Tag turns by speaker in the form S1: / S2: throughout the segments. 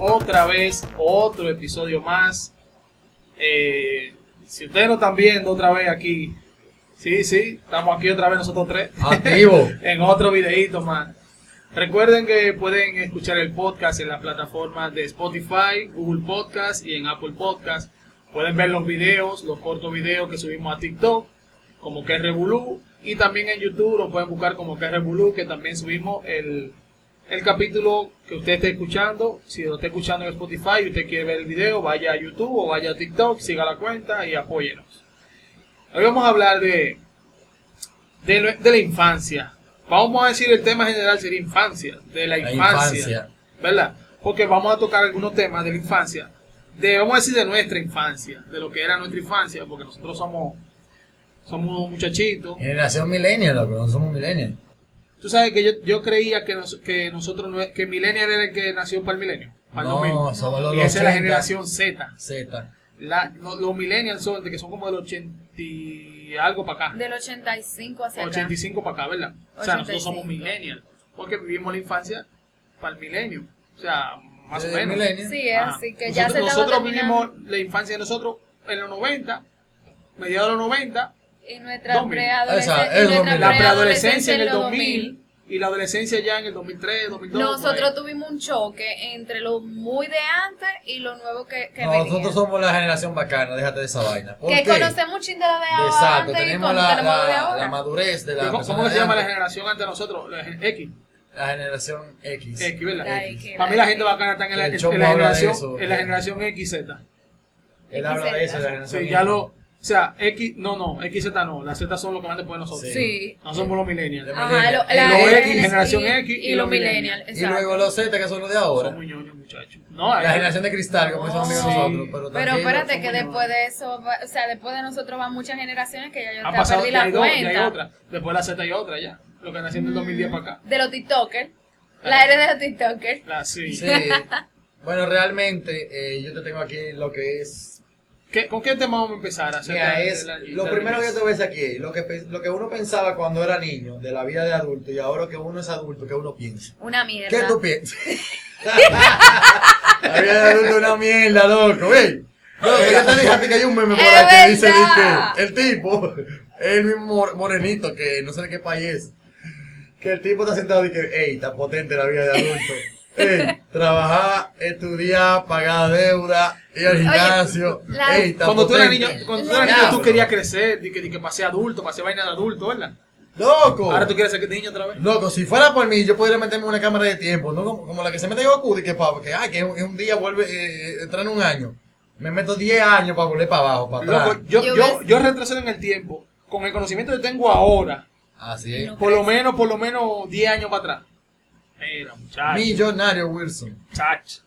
S1: otra vez otro episodio más. Eh, si ustedes lo están viendo otra vez aquí, sí, sí, estamos aquí otra vez nosotros tres.
S2: Ah, Activo.
S1: en otro videíto más. Recuerden que pueden escuchar el podcast en las plataformas de Spotify, Google Podcast y en Apple Podcast. Pueden ver los videos, los cortos videos que subimos a TikTok, como que Revolú. Y también en YouTube lo pueden buscar como que Revolú, que también subimos el, el capítulo que usted esté escuchando. Si lo está escuchando en Spotify y usted quiere ver el video, vaya a YouTube o vaya a TikTok, siga la cuenta y apóyenos. Hoy vamos a hablar de, de, lo- de la infancia. Vamos a decir el tema general sería infancia, de la
S2: La
S1: infancia,
S2: infancia.
S1: ¿verdad? Porque vamos a tocar algunos temas de la infancia, de, vamos a decir de nuestra infancia, de lo que era nuestra infancia, porque nosotros somos, somos muchachitos.
S2: Generación millennial, loco, no somos millennials.
S1: Tú sabes que yo, yo creía que, nos- que nosotros, no- que Millennial era el que nació para el milenio, para el 2000.
S2: No, somos los
S1: Ah, Y esa es la
S2: 80,
S1: generación Z.
S2: Z.
S1: La- lo- los, millennials son de que son como del 80 y algo para acá.
S3: Del 85 hacia acá.
S1: 85 para acá, ¿verdad? O sea, nosotros
S3: 85.
S1: somos millennials, porque vivimos la infancia para el milenio. O sea, más o
S2: Desde
S1: menos.
S2: millennial.
S3: Sí, es
S1: Ajá.
S3: así que
S1: Ah, nosotros,
S3: ya se estaba
S1: Nosotros
S3: terminando.
S1: vivimos la infancia de nosotros en los 90, mediados de los 90,
S3: Y nuestra
S1: 2000.
S2: Esa,
S3: preadolescencia.
S2: es
S3: y nuestra
S2: 2000.
S1: la
S2: La
S1: preadolescencia
S3: preadolescencia
S1: en el
S3: los
S1: 2000 y la adolescencia ya en el 2003, 2002. por ahí.
S3: Nosotros tuvimos un choque entre lo muy de antes y lo nuevo que, que venía.
S2: Nosotros somos la generación bacana, déjate de esa vaina. ¿Por
S3: que
S2: qué?
S3: conocemos un chin de la de ahora
S2: Exacto,
S3: antes y
S2: tenemos
S3: con-
S2: la,
S3: tenemos lo de
S2: la,
S3: ahora.
S2: la madurez de la.
S1: ¿Cómo,
S2: persona
S1: cómo que
S2: de
S1: se llama la
S2: antes.
S1: generación ante nosotros? La gen- X.
S2: La generación X.
S1: X, ¿verdad?
S3: La X,
S1: Para mí
S3: la
S1: la gente
S3: X.
S1: bacana está en la,
S2: El
S1: en
S2: Chomo
S1: la
S2: habla de
S1: generación,
S2: eso.
S1: en la generación XZ.
S2: Él habla de eso, la
S1: Sí,
S2: generación
S1: ya
S2: X.
S1: lo, o sea, X, no, no, XZ no, las Z son los que van después de nosotros.
S3: Sí.
S1: No somos los millennials.
S2: Ah,
S3: Ajá, lo-
S2: Los
S3: la
S1: X, generación X y
S3: y,
S1: los
S3: los millennials.
S2: Y luego los Z, que son los de ahora.
S1: Somos ñoños, muchachos. No,
S2: La
S1: hay-
S2: generación de cristal, como son amigos
S3: Sí.
S2: nosotros. Pero,
S3: Pero
S2: tranquilo.
S3: espérate que
S1: somos
S3: después de eso, va- o sea, después de nosotros van muchas generaciones que ya yo
S1: han
S3: hasta
S1: pasado,
S3: perdí
S1: ya
S3: la
S1: hay dos, ya hay
S3: cuenta. Mm.
S1: otra. Después de la Z hay otra ya. Lo que han haciendo del 2010 para acá.
S3: De los TikTokers. La era de los TikTokers.
S1: La, sí.
S2: Sí. Bueno, realmente, eh, yo te tengo aquí lo que es
S1: ¿Qué- ¿Con qué tema vamos a empezar? Acerca
S2: Mira,
S1: de
S2: es
S1: la-
S2: lo
S1: la
S2: primero que
S1: niñez.
S2: yo te voy a decir aquí, es lo que, pe- lo que uno pensaba cuando era niño, de la vida de adulto, y ahora que uno es adulto, que uno piensa.
S3: Una mierda.
S2: ¿Qué tú piensas? la vida de adulto es una mierda, loco, güey. No, que yo te dije a ti que hay un meme por
S3: Es
S2: ahí que dice,
S3: verdad.
S2: dice, el tipo, el mismo mor- morenito, que no sé de qué país es, que el tipo está sentado y que, ey, está potente la vida de adulto. Ey, trabajar, estudiar, pagar deuda, ir al gimnasio.
S3: la-
S2: Ey, está
S1: Cuando tú eras
S2: potente.
S1: niño, cuando tú, eras niño, tú
S2: Diablo.
S1: querías crecer, di que, di que pasé adulto, pasé vaina de adulto, ¿verdad?
S2: ¡Loco!
S1: Ahora tú quieres ser niño otra vez.
S2: Loco, si fuera por mí, yo pudiera meterme en una cámara de tiempo, ¿no? Como, como la que se mete Goku, de que, pa, que, ay, que un, un día vuelve, eh, entra en un año. Me meto 10 años para volver para abajo, para atrás.
S1: Loco, yo,
S3: Yo
S1: yo,
S3: ves-
S1: yo retrocedo en el tiempo, con el conocimiento que tengo ahora,
S2: Así es.
S3: No.
S1: por lo menos, por lo menos 10 años para atrás. Mira, muchacho.
S2: Millonario Wilson.
S1: muchacho.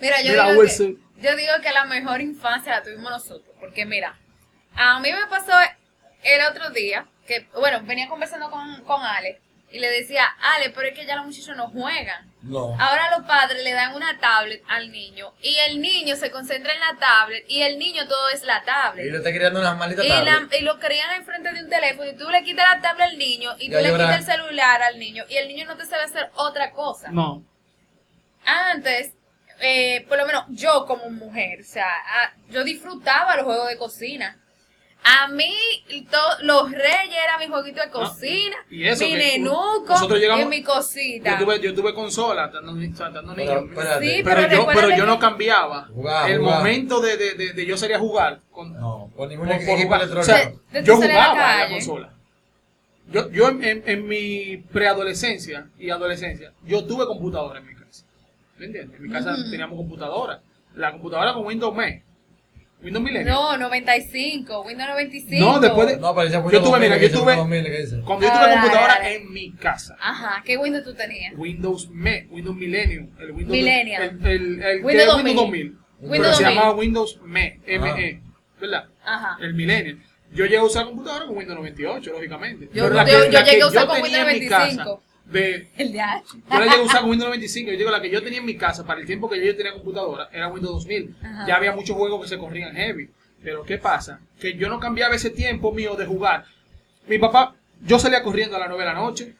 S3: Mira, yo,
S1: Mira,
S3: digo
S1: Wilson.
S3: que, yo digo que la mejor infancia la tuvimos nosotros, porque mira, a mí me pasó el otro día, que bueno, venía conversando con, con Ale, y le decía, Ale, pero es que ya los muchachos no juegan.
S2: No.
S3: Ahora los padres le dan una tablet al niño, y el niño se concentra en la tablet, y el niño todo es la
S2: Y
S3: tablet.
S2: le está creando unas malditas
S3: Y, la-
S2: tablas.
S3: y lo crían enfrente de un teléfono, y tú le quitas la tablet al niño, y
S2: Ya
S3: tú le
S2: llora.
S3: quitas el celular al niño, y el niño no te sabe hacer otra cosa
S1: No.
S3: antes, eh, por lo menos yo como mujer, o sea, ah, yo disfrutaba los juegos de cocina. A mí, to- los reyes era mi jueguito de cocina,
S1: Ah, y eso
S3: mi
S1: que-
S3: nenuco
S1: nosotros llegamos-
S3: y mi
S1: Yo
S3: cosita.
S1: tuve, yo tuve consola, estando, ni- estando niño.
S2: Pero- pero-
S3: sí,
S1: pero,
S3: pero,
S1: yo,
S3: recuerda
S1: pero yo
S3: que-
S1: no cambiaba.
S2: Jugaba,
S1: el
S2: jugaba.
S1: momento de, de, de, de yo sería jugar. Con,
S2: No, por ningún
S1: por- por
S2: equipo
S1: jugar.
S2: electrónico.
S1: O sea,
S3: De- de
S1: yo
S3: tú salir a la
S1: jugaba en la
S3: calle.
S1: consola. Yo, yo en, en- en mi preadolescencia y adolescencia, yo tuve computadora en mi casa. ¿Me entiendes? En mi casa
S3: Ujú.
S1: teníamos computadora. La computadora con Windows ME. Windows Millennium.
S3: No, 95, Windows 95.
S1: No, después de-
S2: no, pero ya fue
S1: Yo
S2: los
S1: tuve,
S2: 2000,
S1: mira,
S2: que
S1: yo
S2: ya
S1: tuve-
S2: fue los 2000, que dice.
S1: Cuando yo tuve
S3: Ahora,
S1: computadora
S3: ahora.
S1: en mi casa.
S3: Ajá, ¿qué Windows tú tenías?
S1: Windows ME, Windows Millennium, el Windows
S3: Millennium.
S1: el, el, el-
S3: Windows
S1: que es
S3: 2000.
S1: Windows 2000.
S2: Windows
S1: Pero se
S3: 2000.
S1: llamaba Windows ME,
S2: Ah.
S1: ME, ¿verdad?
S3: Ajá.
S1: El Millennium. Yo llegué a usar computadora con Windows 98, lógicamente.
S3: Yo-
S1: Pero la
S3: yo- yo
S1: la
S3: llegué a usar con
S1: tenía
S3: Windows
S1: en mi casa
S3: 25.
S1: de-
S3: El de H.
S1: yo la llegué a usar con Windows 95, yo digo la que yo tenía en mi casa para el tiempo que yo ya tenía computadora era Windows 2000.
S3: Ajá.
S1: Ya había muchos juegos que se corrían heavy. Pero ¿qué pasa? Que yo no cambiaba ese tiempo mío de jugar. Mi papá, yo salía corriendo a las 9 de la noche.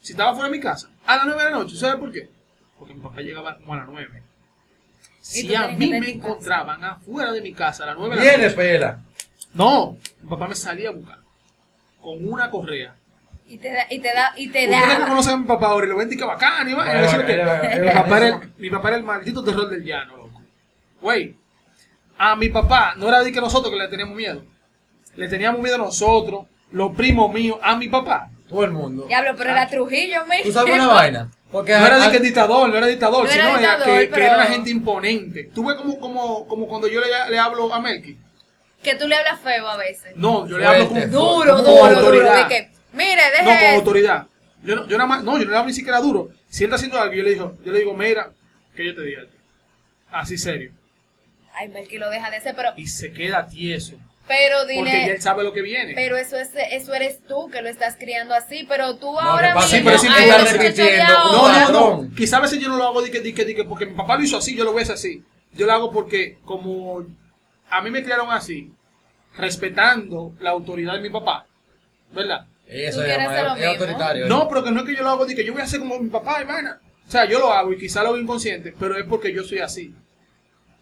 S1: Si estaba fuera de mi casa, a las 9 de la noche, ¿sabes por qué? Porque mi papá llegaba como a las 9. si
S3: tú
S1: a
S3: tienes
S1: mí
S3: que
S1: me
S3: estar en tu casa.
S1: encontraban afuera de mi casa a las 9 de la
S2: Viene,
S1: noche.
S2: pela.
S1: No, mi papá me salía a buscar con una correa.
S3: Y te da, y te da, y te
S1: Ustedes que
S3: da.
S1: conocen a mi papá ahora y lo ven y que bacán, y va-
S2: Bueno,
S1: eso es
S2: bueno,
S1: que-
S2: bueno,
S1: mi,
S2: bueno,
S1: papá era
S2: eso.
S1: el, mi papá era el maldito terror del llano, loco. Güey, a mi papá no era de que nosotros que le teníamos miedo. Le teníamos miedo nosotros, los primos míos, a mi papá.
S2: Todo el mundo.
S3: Diablo, pero era Trujillo, me.
S2: ¿Tú sabes una vaina? Porque
S1: No era
S2: al-
S1: de que dictador, no era dictador,
S3: No era
S1: sino era
S3: dictador,
S1: que, que
S3: pero-
S1: era una gente imponente. Tú ves como, como, como cuando yo le, le hablo a Melky.
S3: Que tú le hablas feo a veces.
S1: No, yo le
S2: Fuerte.
S1: hablo con
S3: Duro,
S1: con
S3: duro, duro.
S1: autoridad.
S3: De que, mire, deje.
S1: No, con
S3: eso.
S1: autoridad. Yo no, yo nada más, no, yo no le hablo ni siquiera duro. Si él está haciendo algo, yo le digo, yo le digo, mira, que yo te diga. Así serio.
S3: Ay, Melqui lo deja de hacer, pero,
S1: Y se queda tieso.
S3: pero
S1: Porque ya
S3: dile.
S1: él sabe lo que viene.
S3: Pero eso es, eso eres tú que lo estás criando así, pero tú
S2: que
S3: ahora
S2: pasa
S1: es
S3: mismo.
S1: que sí,
S3: a
S1: tú
S3: los
S1: estás
S3: 18
S2: repitiendo.
S3: de
S1: no,
S3: ahora-
S1: no, no.
S2: Patrón.
S1: Quizás a veces yo no lo hago di que, di que, di que, porque mi papá lo hizo así, yo lo voy a hacer así. Yo lo hago porque como a mí me criaron así, respetando la autoridad de mi papá, ¿verdad?
S2: Eso
S3: Tú
S2: es,
S3: quieres hacer lo
S2: es
S3: mismo.
S2: autoritario.
S1: No, pero que no es que yo lo hago de que yo voy a hacer como mi papá, hermana. O sea, yo lo hago y quizá lo hago inconsciente, pero es porque yo soy así.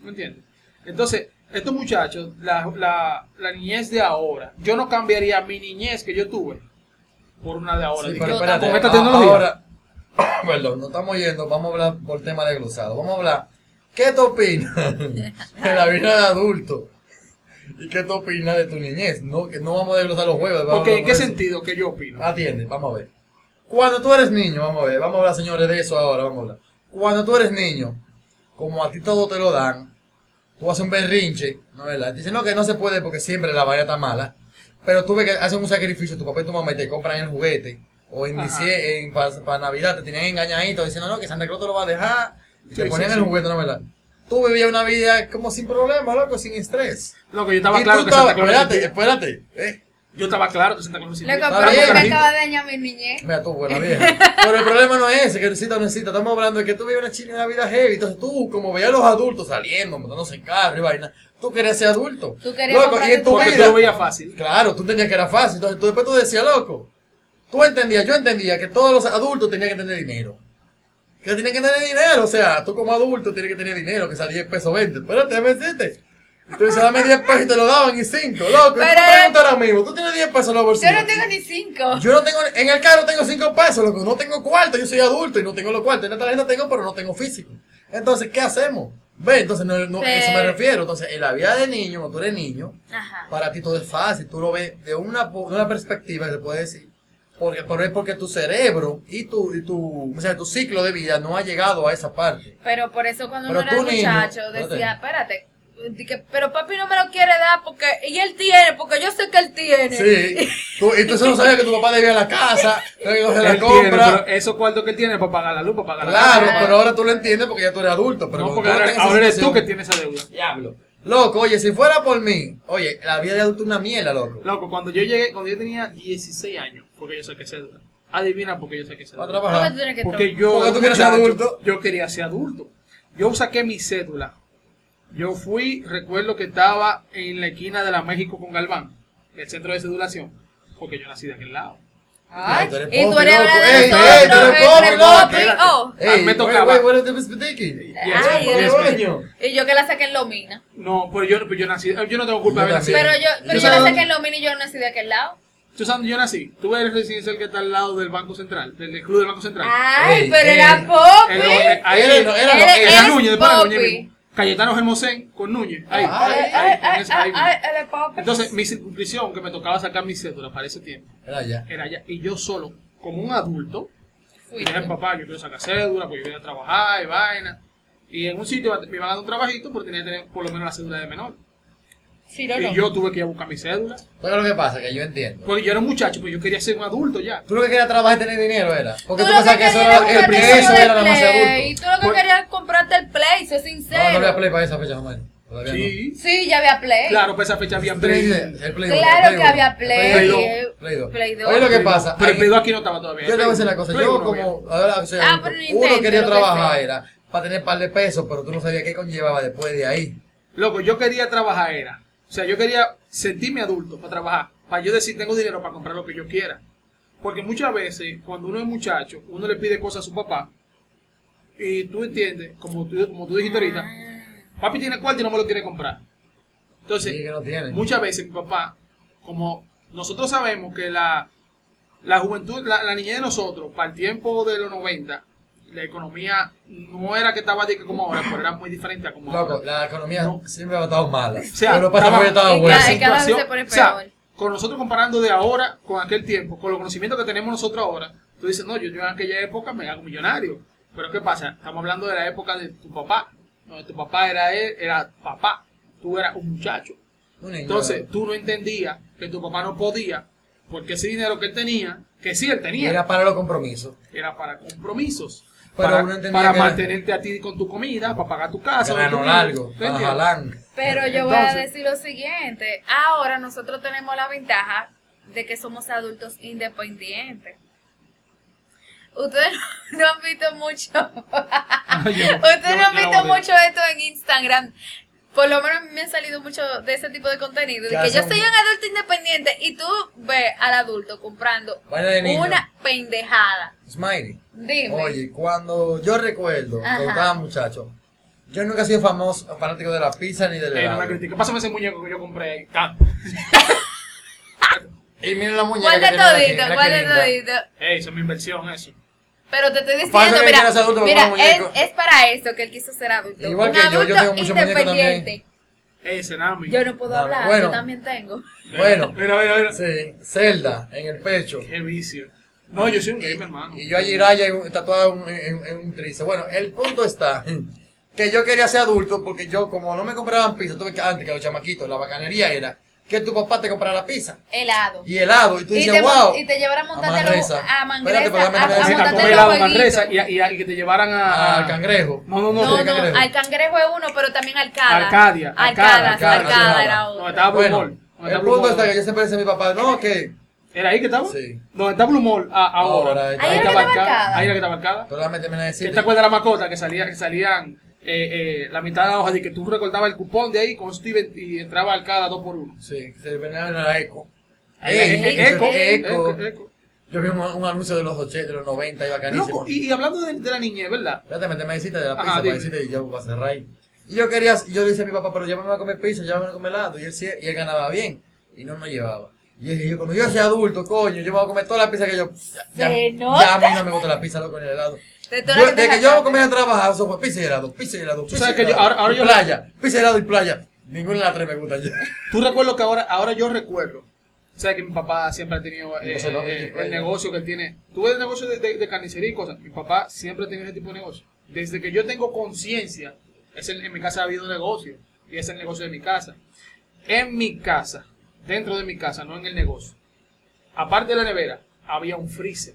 S1: ¿Me entiendes? Entonces, estos muchachos, la, la, la niñez de ahora, yo no cambiaría mi niñez que yo tuve por una de ahora.
S2: Sí,
S1: Di
S2: pero
S1: que,
S2: espérate,
S1: con esta
S2: a-
S1: tecnología.
S2: Ahora, perdón, no estamos yendo, vamos a hablar por tema de glosado. Vamos a hablar, ¿qué te opinas de la vida de adulto? ¿Y qué te opinas de tu niñez? No, que no vamos a desglosar los juegos. vamos a
S1: Ok,
S2: hablar
S1: ¿en qué
S2: por eso.
S1: sentido que yo opino?
S2: Atiende, vamos a ver. Cuando tú eres niño, vamos a ver, vamos a hablar señores de eso ahora, vamos a hablar. Cuando tú eres niño, como a ti todo te lo dan, tú haces un berrinche, ¿no es verdad? Dicen, no, que no se puede porque siempre la valla está mala, pero tú ves que hacen un sacrificio, tu papá y tu mamá y te compran el juguete, o en,
S1: Ajá.
S2: dicie- en- para Navidad te tenían engañadito diciendo, no, que Santa Claus te lo va a dejar, y te
S1: Sí,
S2: ponían
S1: sí,
S2: el
S1: sí.
S2: juguete, ¿no es verdad? Tú vivías una vida como sin problemas, loco, sin estrés.
S1: Lo que yo estaba
S2: y
S1: claro
S2: tú
S1: que
S2: estabas,
S1: Santa Claus no
S2: espérate,
S1: existía.
S2: espérate, eh.
S1: Yo estaba claro que Santa Claus no existía.
S3: Loco,
S2: Está
S3: pero
S2: bien,
S3: tú me
S2: Carlito.
S3: acabas de dañar mi niñez.
S2: Mira tú, buena vieja. Pero el problema no es ese, que necesita o necesita. Estamos hablando de que tú vives una chile una vida heavy. Entonces tú, como veías a los adultos saliendo, montándose en carro y vaina, tú querías ser adulto.
S3: Tú querías
S2: y
S3: comprarte
S2: en
S3: tu
S2: tu
S1: Porque tú
S2: vida.
S1: lo veías fácil.
S2: Claro, tú tenías que era fácil. Entonces tú después tú decías, loco. Tú entendías, yo entendía que todos los adultos tenían que tener dinero. Que tenían que tener dinero. O sea, tú como adulto tienes que tener dinero, que sea 10 pesos 20. Espérate, déjame decirte. Entonces dame 10 pesos y te lo daban y 5, loco. Y tú
S3: Pero-
S2: preguntas ahora mismo, ¿tú tienes 10 pesos en los
S3: Yo
S2: bolsillos?
S3: no tengo ni cinco.
S2: Yo no tengo, en el carro tengo cinco pesos, loco, no tengo cuarto, yo soy adulto y no tengo los cuartos, en la tarjeta tengo, pero no tengo físico. Entonces, ¿qué hacemos? Ve, entonces, no, no, a eso me
S3: Sí.
S2: refiero. Entonces, en la vida de niño, cuando tú eres niño,
S3: Ajá.
S2: para ti todo es fácil, tú lo ves de una, po- de una perspectiva, se puede decir, porque, pero es porque tu cerebro y tu, y tu, o sea, tu ciclo de vida no ha llegado a esa parte.
S3: Pero por eso cuando
S2: Pero
S3: uno era
S2: tú, niño,
S3: muchacho decía, espérate, di que, pero papi no me lo quiere dar porque, y él tiene, porque yo sé que él tiene.
S2: Sí, tú, y tú eso no sabías que tu papá debía la casa, que no se la
S1: Él tiene,
S2: compra.
S1: pero esos cuartos que él tiene para pagar la luz, para pagar
S2: Claro,
S1: la luz.
S2: pero ahora tú lo entiendes porque ya tú eres adulto. Pero
S1: No,
S2: cuando
S1: porque
S2: tú
S1: ahora,
S2: tengas esa
S1: ahora eres tú
S2: situación-
S1: que tienes esa deuda.
S2: Diablo. Loco, oye, si fuera por mí, oye, la vida de adulto es una mierda, loco.
S1: Loco, cuando yo llegué, cuando yo tenía 16 años, porque yo saqué cédula. Adivina por qué yo saqué
S2: Va a
S1: cédula.
S3: ¿Cómo tú
S2: trabajar.
S3: tienes que
S1: Porque
S3: tra-
S1: yo.
S2: Ah, Porque tú quieres ser
S1: muchacho,
S2: adulto.
S1: Yo quería ser adulto. Yo saqué mi cédula. Yo fui, recuerdo que estaba en la esquina de la México con Galván, el centro de cedulación, porque yo nací de aquel lado.
S3: Ay,
S2: No, tú eres
S3: y tú
S2: pobre,
S3: eres
S2: loco.
S3: ahora
S2: Ey,
S3: de
S2: ey, tú
S3: nosotros,
S2: eres
S3: eh, tú eres
S2: pobre, loco,
S3: pobre,
S1: espérate.
S3: oh.
S1: Ah, me tocaba.
S2: Oye, bueno, te speaking.
S1: Y
S3: Ay,
S1: eso,
S3: Dios
S1: y eso-
S2: mío.
S3: Y yo que la saqué en Lomina.
S1: No, pero yo, pero yo nací, yo no tengo culpa
S2: Yo
S1: de haber nacido.
S2: también.
S3: Pero yo,
S2: ¿Y
S3: pero
S1: tú
S3: yo
S1: sabes
S3: la
S1: dónde-
S3: saqué en Lomina y yo nací de aquel lado.
S1: ¿Tú sabes dónde yo nací? Tú eres residencial que está al lado del Banco Central, del, del Club del Banco Central.
S3: Ay,
S2: Ey,
S3: pero
S2: ey.
S3: era
S2: Eh,
S1: El- el-
S3: pobre.
S1: ahí,
S2: Era- era-
S1: era-
S2: eres-
S1: era
S3: eres
S1: Núñez, después de
S3: Poppy.
S1: Núñez mismo. Cayetano Germosén con Núñez. Ahí,
S2: Ay,
S1: ahí, ahí, con ese- ahí mismo.
S3: el pobre.
S1: Entonces, mi circuncisión, que me tocaba sacar mi cédula para ese tiempo,
S2: Era ya.
S1: era allá. Y yo solo, como un adulto,
S3: Fui
S1: dije,
S3: yo.
S1: papá, yo quiero sacar cédula, porque yo voy a trabajar y vaina. Y en un sitio me iban a dar un trabajito, pero tenía que tener por lo menos la cédula de menor.
S3: Sí, no, no.
S1: Y yo tuve que ir a buscar mi cédula.
S2: Pero lo que pasa, que yo entiendo.
S1: Porque yo era un muchacho, pues yo quería ser un adulto ya.
S2: Tú lo que querías trabajar y tener dinero era. Porque tú,
S3: lo
S2: pensabas que eso era,
S3: querías era
S2: el
S3: comprarte
S2: que eso
S3: uno de
S2: era lo más
S3: Play, Y
S2: adulto.
S3: tú lo que
S1: Por-
S3: querías comprarte el Play, soy
S2: No, no
S3: sincero.
S2: había play para esa fecha, Román. Todavía
S1: Sí.
S3: Sí, ya había Play.
S1: Claro, para esa fecha
S2: no.
S1: había
S2: Tú tenías
S1: Play.
S2: idea, el Play
S3: Claro
S2: uno,
S3: que había Play.
S1: Play dos,
S3: eh,
S2: Play dos.
S3: Play dos.
S2: Oye, lo que pasa.
S1: Pero el
S2: ahí-
S1: Play 2 aquí no estaba todavía.
S2: Yo te voy a decir una
S1: Play
S2: cosa,
S1: uno
S2: yo
S1: no había.
S2: como ahora, o sea,
S3: Ah, pero un
S2: uno
S3: intento,
S2: quería
S3: lo que
S2: trabajar
S3: sea.
S2: era para tener par de pesos, pero tú no sabías qué conllevaba después de ahí.
S1: Loco, yo quería trabajar era. O sea, yo quería sentirme adulto para trabajar. Para yo decir, tengo dinero para comprar lo que yo quiera. Porque muchas veces, cuando uno es muchacho, uno le pide cosas a su papá. Y tú entiendes, como tú, como tú dijiste ahorita, Papi tiene cuarto y no me lo quiere comprar. Entonces,
S2: Sí, que no tiene.
S1: muchas veces mi papá, como nosotros sabemos que la, la juventud, la, la niñez de nosotros, para el tiempo de los 90, la economía no era que estaba de que como ahora, pero era muy diferente a como ahora.
S2: Loco, la economía siempre ha estado mala.
S1: O sea,
S2: Europa siempre ha estado
S3: y
S1: la
S2: buena.
S3: cada- y cada vez se pone
S1: o sea,
S3: peor.
S1: con nosotros comparando de ahora con aquel tiempo, con los conocimientos que tenemos nosotros ahora, tú dices, no, yo, yo en aquella época me hago millonario. Pero ¿qué pasa? Estamos hablando de la época de tu papá. No, tu papá era él, era papá. Tú eras un muchacho.
S2: Un niño.
S1: Entonces, tú no entendías que tu papá no podía, porque ese dinero que él tenía, que sí él tenía,
S2: Era
S1: era,
S2: para los compromisos.
S1: para compromisos.
S2: Pero
S1: para
S2: uno entendía
S1: para
S2: que era-
S1: mantenerte a ti con tu comida, para pagar tu casa.
S2: Para
S1: Ah, tu
S2: no
S1: vida,
S2: largo,
S1: ¿tú
S2: para
S1: entiendes?
S2: jalar.
S3: Pero yo voy a
S1: Entonces-
S3: decir lo siguiente. Ahora nosotros tenemos la ventaja de que somos adultos independientes. Ustedes no han visto mucho. Ustedes no han visto mucho esto en Instagram. Por lo menos me han salido mucho de ese tipo de contenido. De
S2: Ya
S3: que yo
S2: son-
S3: soy un adulto independiente y tú ves al adulto comprando
S2: Vaina de niño.
S3: una pendejada.
S2: Smiley.
S3: Dime.
S2: Oye, cuando yo recuerdo,
S3: pues. Ajá.
S2: cuando estaba muchacho, yo nunca he sido famoso, fanático de la pizza ni del
S1: Eh, no me
S2: helado.
S1: critica. Pásame ese muñeco que yo compré ahí. Ta.
S2: Y miren la muñeca que
S3: Guarda
S2: tiene aquí,
S3: todito,
S2: mira qué
S3: guarda
S2: linda.
S3: todito.
S1: Ey, esa es mi inversión, eso.
S3: Pero te estoy diciendo,
S2: Pasa que
S3: mira,
S2: eres adulto,
S3: mira,
S2: como
S3: es,
S2: muñeco.
S3: es para eso que él quiso ser adulto.
S2: Igual
S3: Un
S2: que yo, yo
S3: adulto
S2: tengo muchos muñecos
S3: independiente.
S1: Ey, Senami.
S3: Yo no puedo
S2: Dame.
S3: hablar,
S2: Bueno.
S3: yo también tengo.
S2: Bueno,
S1: Mira, mira, mira.
S2: sí, Zelda en el pecho.
S1: Qué vicio. No, yo soy un gamer, hermano.
S2: Y yo a Jiraya en un- tatuada en, en- en un trice. Bueno, el punto está que yo quería ser adulto porque yo, como no me compraban pizza, tuve que, antes que los chamaquitos, la bacanería era que tu papá te comprara la pizza
S3: Helado.
S2: y helado. Y tú
S3: Y
S2: dices,
S3: te mon-
S2: wow.
S3: y te llevara a montarte
S2: a
S3: los-
S2: Manresa.
S3: a Mangresa,
S2: Espérate, pero dame
S3: a-
S2: que
S1: Así,
S2: decir,
S3: montate
S1: a comer
S3: los
S1: helado,
S3: jueguitos.
S1: Manresa y, a- y a- y que te llevaran a.
S2: Ah, al cangrejo.
S1: Ah. No, no, no.
S3: No,
S2: ¿Tiene
S3: no,
S2: cangrejo?
S3: al cangrejo es uno, pero también Arcada.
S1: Arcadia,
S2: Arcada,
S3: Arcada, Arcada,
S2: Arcada.
S3: era
S1: Donde
S3: otro.
S1: estaba Blue
S2: Bueno,
S1: Mall. Donde
S2: el
S1: está Blue
S2: punto
S1: Mall.
S2: está que yo siempre decía a mi papá, no, que.
S1: ¿Era ahí que estaba?
S2: Sí.
S1: ¿Dónde está Blue Mall? Ah,
S2: Ahora,
S1: ahora.
S2: ahí
S3: era que estaba Arcada.
S1: Ahí era que estaba Arcada.
S2: Pero déjame terminar de
S1: ¿Qué
S2: decirte.
S1: te acuerdas de la mascota que salía, que salían eh, eh, la mitad de la hoja de que tú recortabas el cupón de ahí con Steven y entraba al cada dos por uno?
S2: Sí, se venía en la eco.
S1: Ahí,
S2: Ey,
S1: eh,
S2: eso
S1: eco,
S2: es
S1: eco,
S2: eco.
S1: eco.
S2: Yo vi un, un anuncio de los 80, de los 90 y bacanísimo.
S1: Loco, y, y hablando de, de la niñez, ¿verdad?
S2: Espérate, me me hiciste de la
S1: Ajá,
S2: pizza, me
S1: dime.
S2: hiciste y yo voy a cerrar ahí. Y yo quería, y yo le decía a mi papá, pero llévame a comer pizza, llévame a comer helado. Y él, sí- y él ganaba bien, y no me llevaba. Y yo dije, yo, cuando yo sea adulto, coño, yo voy a comer toda la pizza que yo. Ya,
S3: Se
S2: ya-
S3: nota.
S2: ya a mí no me gusta la pizza, loco, ni el helado.
S3: De todas
S2: Yo,
S3: las
S2: de que
S3: te
S2: yo
S3: sacaste.
S2: comencé a trabajar, eso fue pizza y helado, pizza y helado,
S1: Tú
S2: pizza
S1: sabes
S2: y
S1: que yo-
S2: helado,
S1: ahora- ahora
S2: y
S1: yo-
S2: playa, pizza y helado y playa. Ninguna de las tres me gusta ya.
S1: Tú recuerdas que ahora, ahora yo recuerdo. Sabes que mi papá siempre ha tenido eh,
S2: Eso no,
S1: eh,
S2: eh, eh,
S1: el negocio que él tiene. Tú ves el negocio de, de, de carnicería y cosas. Mi papá siempre ha tenido ese tipo de negocio. Desde que yo tengo conciencia, es el- en mi casa ha habido negocio. Y es el negocio de mi casa. En mi casa, dentro de mi casa, no en el negocio. Aparte de la nevera, había un freezer.